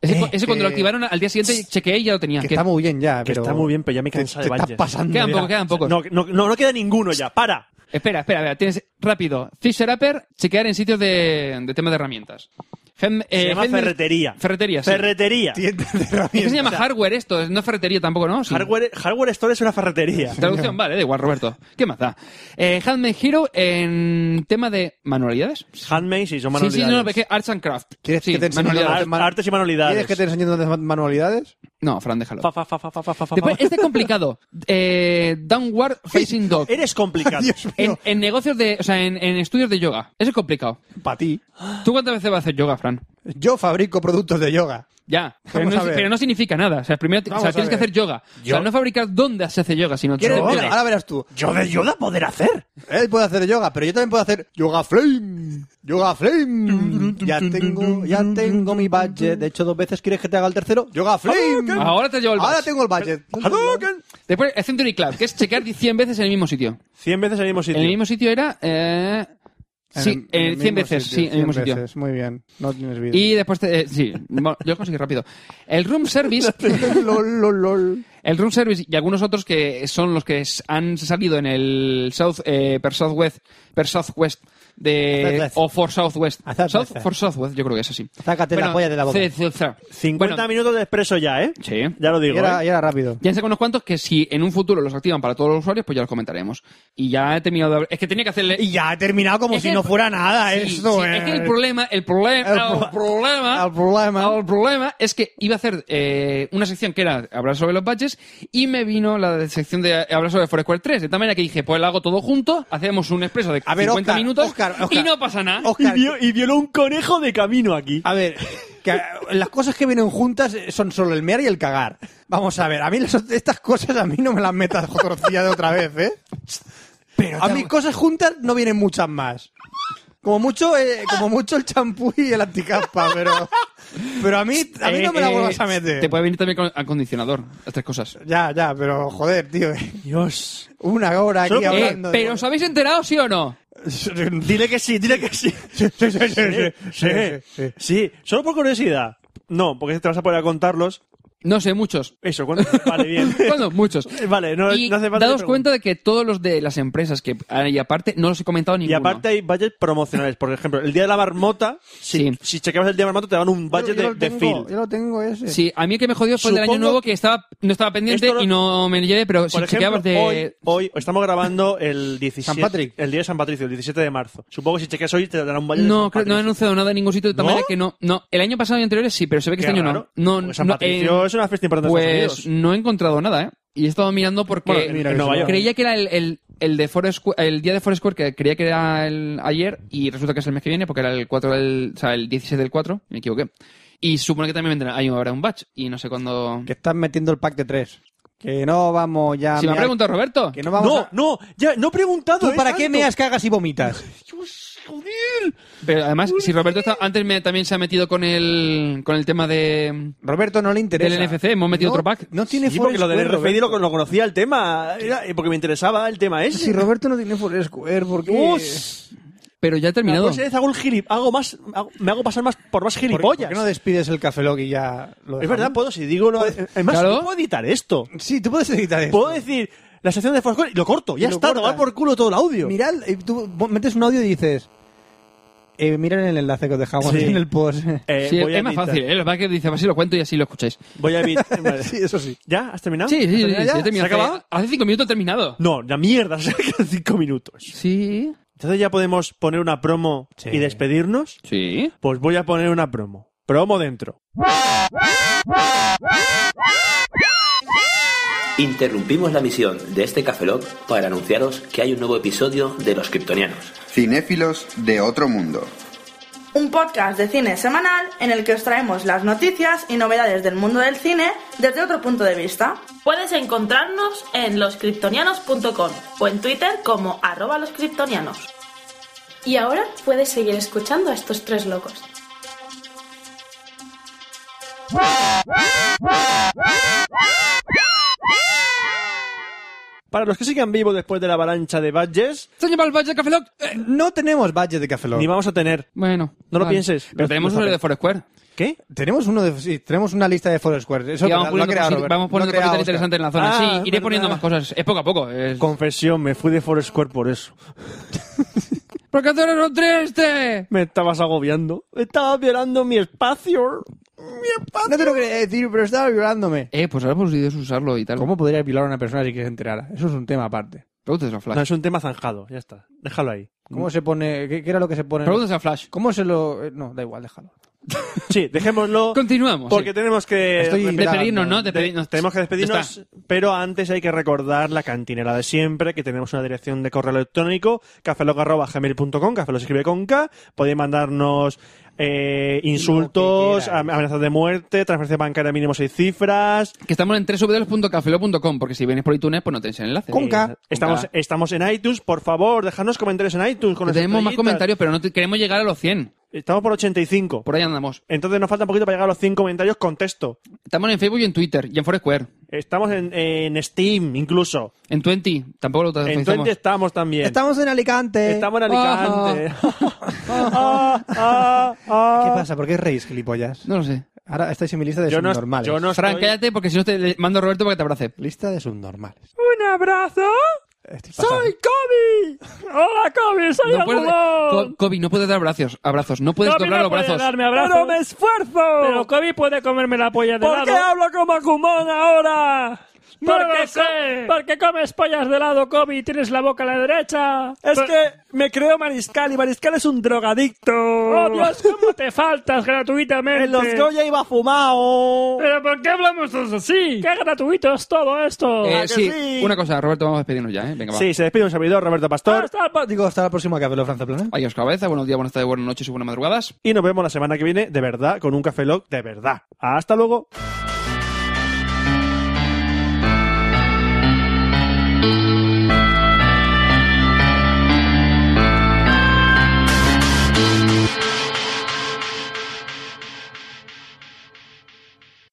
S4: Ese, cu- ese cuando lo
S3: eh,
S4: activaron al día siguiente chequeé y ya lo tenía.
S3: Que,
S4: que-
S3: está muy bien ya,
S2: que
S3: pero...
S2: está muy bien, pero ya me
S3: te-
S2: cansa de
S3: te estás
S2: valles.
S3: pasando.
S4: Quedan
S3: ya.
S4: pocos, quedan pocos.
S2: No, no, no, no queda ninguno ya. ¡Para!
S4: Espera, espera, espera. Tienes rápido. Fisher Upper, chequear en sitios de, de tema de herramientas. Gem-
S2: Se
S4: eh,
S2: llama
S4: Helmer-
S2: ferretería.
S4: Ferretería, sí.
S2: Ferretería.
S3: Tiendas de
S4: Es que
S3: herramientas.
S4: se llama hardware esto, no es ferretería tampoco, ¿no? Sí.
S2: Hardware, hardware Store es una ferretería.
S4: Traducción, vale, da igual, Roberto. ¿Qué más da? Eh, Handmade Hero en tema de manualidades.
S2: Handmade, sí, son
S4: Sí,
S2: manualidades.
S4: sí, no, es que Arts and Craft.
S3: ¿Quieres
S4: Sí,
S3: que te enseñe
S4: manualidades.
S3: las
S2: Ar- Artes y manualidades.
S3: ¿Quieres que te enseñen dónde hacer manualidades?
S4: No, Fran, déjalo.
S2: Fa, fa, fa, fa, fa, fa, fa, fa.
S4: Después, este es complicado. Eh, downward Facing Dog.
S2: Eres complicado.
S3: Dios
S4: En,
S3: mío.
S4: en negocios de, o sea, en, en estudios de yoga. Eso es complicado.
S3: Para ti.
S4: ¿Tú cuántas veces vas a hacer yoga, Fran?
S3: Yo fabrico productos de yoga.
S4: Ya, pero
S3: Vamos
S4: no,
S3: a ver.
S4: pero no significa nada. O sea, primero o sea,
S3: Vamos a
S4: tienes que
S3: ver.
S4: hacer yoga. O sea, no fabricar dónde se hace yoga, sino
S3: ¿Quieres?
S4: dónde.
S3: Mira, ahora verás tú.
S2: Yo de Yoda poder hacer.
S3: Él puede hacer yoga, pero yo también puedo hacer yoga flame. Yoga flame. Ya tengo, ya tengo mi budget. De hecho, dos veces quieres que te haga el tercero. Yoga flame.
S2: Hadouken.
S4: Ahora te llevo el
S3: Ahora
S4: badge.
S3: tengo el budget.
S2: Hadouken.
S4: Después, el Century Club, que es checar 100 veces en el mismo sitio.
S2: 100 veces en el mismo sitio.
S4: En el mismo sitio era... eh, Sí,
S3: En el- en
S4: eh,
S3: el mismo
S4: 100 veces,
S3: sitio,
S4: sí, en el mismo
S3: 100
S4: sitio.
S3: veces. Muy bien. No tienes vida.
S4: Y después, te- eh, sí, bueno, yo conseguí rápido. El room service,
S3: lol, lol, lol.
S4: el room service y algunos otros que son los que s- han salido en el South eh, per Southwest, per Southwest de
S3: Southwest.
S4: o for Southwest,
S3: Southwest.
S4: South for Southwest, yo creo que es así.
S3: Sácate la polla de la boca.
S4: c- c- c-
S2: 50
S4: Bueno,
S2: minutos de expreso ya, ¿eh?
S4: Sí.
S2: Ya lo digo.
S3: Y era,
S2: ¿eh?
S3: y era rápido.
S4: Ya sé con unos cuantos que si en un futuro los activan para todos los usuarios, pues ya los comentaremos. Y ya he terminado de hablar. Es que tenía que hacerle.
S3: Y ya ha terminado como
S4: Es
S3: si
S4: que-
S3: no fuera nada
S4: Sí,
S3: esto,
S4: sí,
S3: eh.
S4: Es que el problema, el problema,
S3: El
S4: el,
S3: pro-
S4: problema.
S3: el problema.
S4: el problema es que iba a hacer eh, una sección que era hablar sobre los badges y me vino la de- sección de hablar sobre Foursquare 3. De tal manera que dije, pues la hago todo junto, hacemos un expreso de
S3: A ver,
S4: 50
S3: Óscar,
S4: minutos
S3: Óscar, Óscar.
S4: y no pasa nada.
S2: Y,
S3: Oscar,
S2: vio- y violó un conejo de camino aquí.
S3: A ver, que eh, las cosas que vienen juntas eh, son solo el mear y el cagar. Vamos a ver, a mí las- estas cosas a mí no me las metas torcida de otra vez, ¿eh? a mí cosas juntas no vienen muchas más. Como mucho, eh, como mucho el champú y el anticaspa, pero, pero a mí, a mí no me la
S4: Eh, eh,
S3: vuelvas a meter.
S4: Te puede venir también con acondicionador, las tres cosas.
S3: Ya, ya, pero joder, tío, eh,
S2: Dios.
S3: una hora aquí
S2: Solo porque-
S4: Eh,
S3: hablando. de-
S4: pero ¿os habéis enterado, sí o no?
S2: Dile que sí, dile que sí.
S3: Sí, sí, sí, sí,
S2: Sí,
S3: sí, sí, sí.
S2: Sí, solo por curiosidad. No, porque te vas a poder a contarlos.
S4: No sé, muchos.
S2: Eso, ¿cuándo? Vale, bien. Eh,
S4: ¿Cuándo? Muchos.
S2: Vale, no,
S4: y
S2: no hace falta.
S4: daos
S2: que pregunte.
S4: cuenta de que todos los de las empresas que hay aparte no los he comentado
S2: Y
S4: ninguno.
S2: aparte hay budgets promocionales. Por ejemplo, el día de la marmota, si,
S4: Sí.
S2: si chequeabas el día de la marmota, te dan un
S3: Yo-
S2: budget
S3: yo
S2: de,
S3: lo
S2: de
S3: tengo,
S2: Phil.
S3: Yo lo tengo ese.
S4: Sí, a mí el que me jodió fue el del año
S2: Supongo
S4: nuevo que
S2: que
S4: estaba no estaba pendiente
S2: Esto lo-
S4: y no me llevé, pero si
S2: Por ejemplo,
S4: chequeabas de
S2: hoy, hoy estamos grabando el 17,
S3: San Patrick.
S2: el día de San Patricio, el 17 de marzo. Supongo que si chequeas hoy te darán un budget de
S4: no,
S2: San
S4: creo, no he
S2: Patricio.
S4: anunciado nada en ningún sitio de tal
S2: ¿No?
S4: manera que no. No, el año pasado y anteriores sí, pero se ve que
S2: Qué
S4: este año
S2: raro,
S4: no. no,
S2: porque San
S4: no,
S2: Patricio
S4: en-
S2: es es una fiesta importante en Estados
S4: Pues
S2: Unidos.
S4: no he encontrado nada, ¿eh? Y he estado mirando porque
S2: Bueno, mira, en Nueva York.
S4: creía que era el, el- el de Forest Squ- el día de Foursquare, que creía que era el ayer y resulta que es el mes que viene porque era el 4 del, o sea, el 16 del 4, me equivoqué. Y supone que también vendrá, ahí habrá un batch y no sé cuándo.
S3: Que están metiendo el pack de tres. Que no vamos ya.
S4: Si me ha
S3: mea-
S4: preguntado Roberto.
S3: Que no vamos.
S2: no,
S3: a-
S2: no, ya, no he preguntado.
S3: ¿Tú
S2: ¿eh?
S3: para qué
S2: Tanto.
S3: meas, cagas y vomitas?
S2: Dios, joder.
S4: Pero además, si Roberto está- antes me- también se ha metido con el, con el tema de.
S3: Roberto no le interesa.
S4: Del NFC, hemos metido
S3: No-
S4: otro pack.
S3: No tiene
S2: Sí, porque lo del
S3: Foursquare,
S2: RFID lo,
S3: Roberto.
S2: lo conocía el tema, era- eh, porque me interesaba el tema ese.
S3: Si Roberto no tiene Foursquare, ¿por qué?
S2: Dios.
S4: Pero ya he terminado.
S2: Pues, eh, hago el gilip- hago más, hago- me hago pasar más por más
S3: ¿Por,
S2: gilipollas.
S3: por qué no despides el Café Lock y ya lo
S2: es
S3: dejamos?
S2: verdad, puedo, si digo... lo- Además,
S4: Claro.
S2: yo puedo editar esto.
S3: Sí, tú puedes editar esto.
S2: Puedo decir la sección de Foursquare y lo corto. Ya
S3: Y lo
S2: está,
S3: cortas.
S2: tomar por culo todo el audio.
S3: Mirad, eh, tú metes un audio y dices... Eh, miren el enlace que os dejamos
S2: Sí.
S3: en el post.
S2: Eh,
S4: Sí,
S2: voy a
S4: es más
S2: evitar-
S4: fácil, ¿eh? Lo que dice, así lo cuento y así lo escucháis.
S2: Voy a evitar... vale.
S3: sí, eso sí.
S2: ¿Ya? ¿Has terminado?
S4: Sí, sí,
S2: ¿Has
S4: sí, sí,
S2: terminado ya?
S4: he terminado.
S2: ¿Se ha acabado?
S4: Hace- Hace cinco minutos he terminado.
S2: No, la mierda, se quedan cinco minutos.
S4: Sí.
S2: Entonces ya podemos poner una promo
S3: Sí.
S2: y despedirnos.
S4: Sí.
S2: Pues voy a poner una promo. Promo dentro.
S5: Interrumpimos la misión de este Cafelog para anunciaros que hay un nuevo episodio de Los Kryptonianos.
S6: Cinéfilos de otro mundo.
S7: Un podcast de cine semanal en el que os traemos las noticias y novedades del mundo del cine desde otro punto de vista.
S8: Puedes encontrarnos en loscriptonianos.com o en Twitter como arroba loscriptonianos.
S9: Y ahora puedes seguir escuchando a estos tres locos.
S2: Para los que sigan vivos después de la avalancha de badges,
S4: Señor Balbach de Café Lock. Eh,
S3: No tenemos badge de Café Lock.
S2: ni vamos a tener.
S4: Bueno.
S2: No lo pienses.
S4: Pero
S2: No-
S4: tenemos
S2: no
S4: uno de
S2: sabe.
S4: Foursquare.
S2: ¿qué?
S3: Tenemos uno de, sí, tenemos una lista de Foursquare. Eso
S4: Y
S3: es
S4: vamos
S3: verdad, lo ha
S4: poniendo,
S3: creado
S4: cosi-
S3: Robert.
S4: vamos poniendo
S3: Lo ha creado
S4: cositas
S3: Oscar.
S4: interesantes en la zona.
S2: Ah,
S4: sí, iré
S2: verdad.
S4: poniendo más cosas. Es poco a poco. es-
S2: Confesión, me fui de Foursquare por eso.
S4: Porque tú eres un triste.
S2: Me estabas agobiando. Estabas violando mi espacio. Mi espacio.
S3: No te lo quería decir, pero estaba violándome.
S4: Eh, pues ahora podrías usarlo y tal.
S3: ¿Cómo podría violar a una persona si que se enterara? Eso es un tema aparte.
S4: Preguntas a
S2: No,
S4: Flash.
S2: es un tema zanjado, ya está. Déjalo ahí.
S3: ¿Cómo se pone? ¿Qué, qué era lo que se pone?
S4: Preguntas a Flash.
S3: ¿Cómo se lo.? eh, No, da igual, déjalo.
S2: Sí, dejémoslo.
S4: Continuamos.
S2: Porque
S4: sí.
S2: tenemos que
S3: Estoy
S2: repetir-
S4: Despedirnos, ¿no?
S2: de-
S4: Despedirnos.
S2: tenemos que
S4: Ya
S2: despedirnos,
S4: está.
S2: pero antes hay que recordar la cantinera de siempre, que tenemos una dirección de correo electrónico, cafelog.gmail.com, café lo se escribe con K, podéis mandarnos eh, insultos,
S3: queráis.
S2: am- amenazas de muerte, transferencia bancaria mínimo seis cifras.
S4: Que estamos en www.cafelo.com porque si vienes por iTunes, pues no tenéis el enlace.
S3: Con K.
S2: Eh, Estamos,
S4: Con K.
S2: estamos en iTunes, por favor, dejadnos comentarios en iTunes. Con
S4: Que
S2: las
S4: tenemos más
S2: estrellitas.
S4: comentarios, pero no te- queremos llegar a los 100.
S2: Estamos por 85.
S4: Por ahí andamos.
S2: Entonces nos falta un poquito para llegar a los 100 comentarios con texto.
S4: Estamos en Facebook y en Twitter y en Foursquare.
S2: Estamos en, en Steam, incluso.
S4: En Twenty. Tampoco lo
S2: En
S4: utilizamos.
S2: Twenty estamos también.
S3: Estamos en Alicante.
S2: Estamos en Alicante. Ah, ah, ah.
S3: ¿Qué pasa? ¿Por qué reís, gilipollas?
S4: No lo sé.
S3: Ahora estáis en mi lista de
S2: Yo no-
S3: subnormales.
S2: yo no-
S4: Fran,
S2: estoy-
S4: cállate porque si no te le mando a Roberto para que te abrace.
S3: Lista de subnormales.
S2: ¡Un abrazo!
S3: Estoy pasando.
S2: ¡Soy Kobe! ¡Hola, Kobe! ¡Soy
S4: No puedes,
S2: Abulón!
S4: Co- Kobe, no puedes dar abrazos, abrazos, no puedes doblar los brazos.
S2: ¡Pero me esfuerzo! ¡Pero Kobe puede comerme la polla de ¿Por lado! ¿Por qué hablo como Agumon ahora? porque comes pollas de lado, Kobe, y tienes la boca a la derecha. Es que me creo Mariscal y Mariscal es un drogadicto. ¡Oh, Dios, cómo te faltas gratuitamente! En los Goya iba fumado. ¿Pero por qué hablamos todos así? ¡Qué gratuito es todo esto!
S4: Eh, sí, una cosa, Roberto, vamos a despedirnos ya, ¿eh? Venga, va.
S2: Sí, se despide un servidor, Roberto Pastor.
S3: Digo, hasta la próxima que hablo, Franza Plana.
S4: Adiós, cabeza, buenos días, buenas tardes, buenas noches y buenas madrugadas.
S2: Y nos vemos la semana que viene, de verdad, con un Café Lock de verdad. ¡Hasta luego!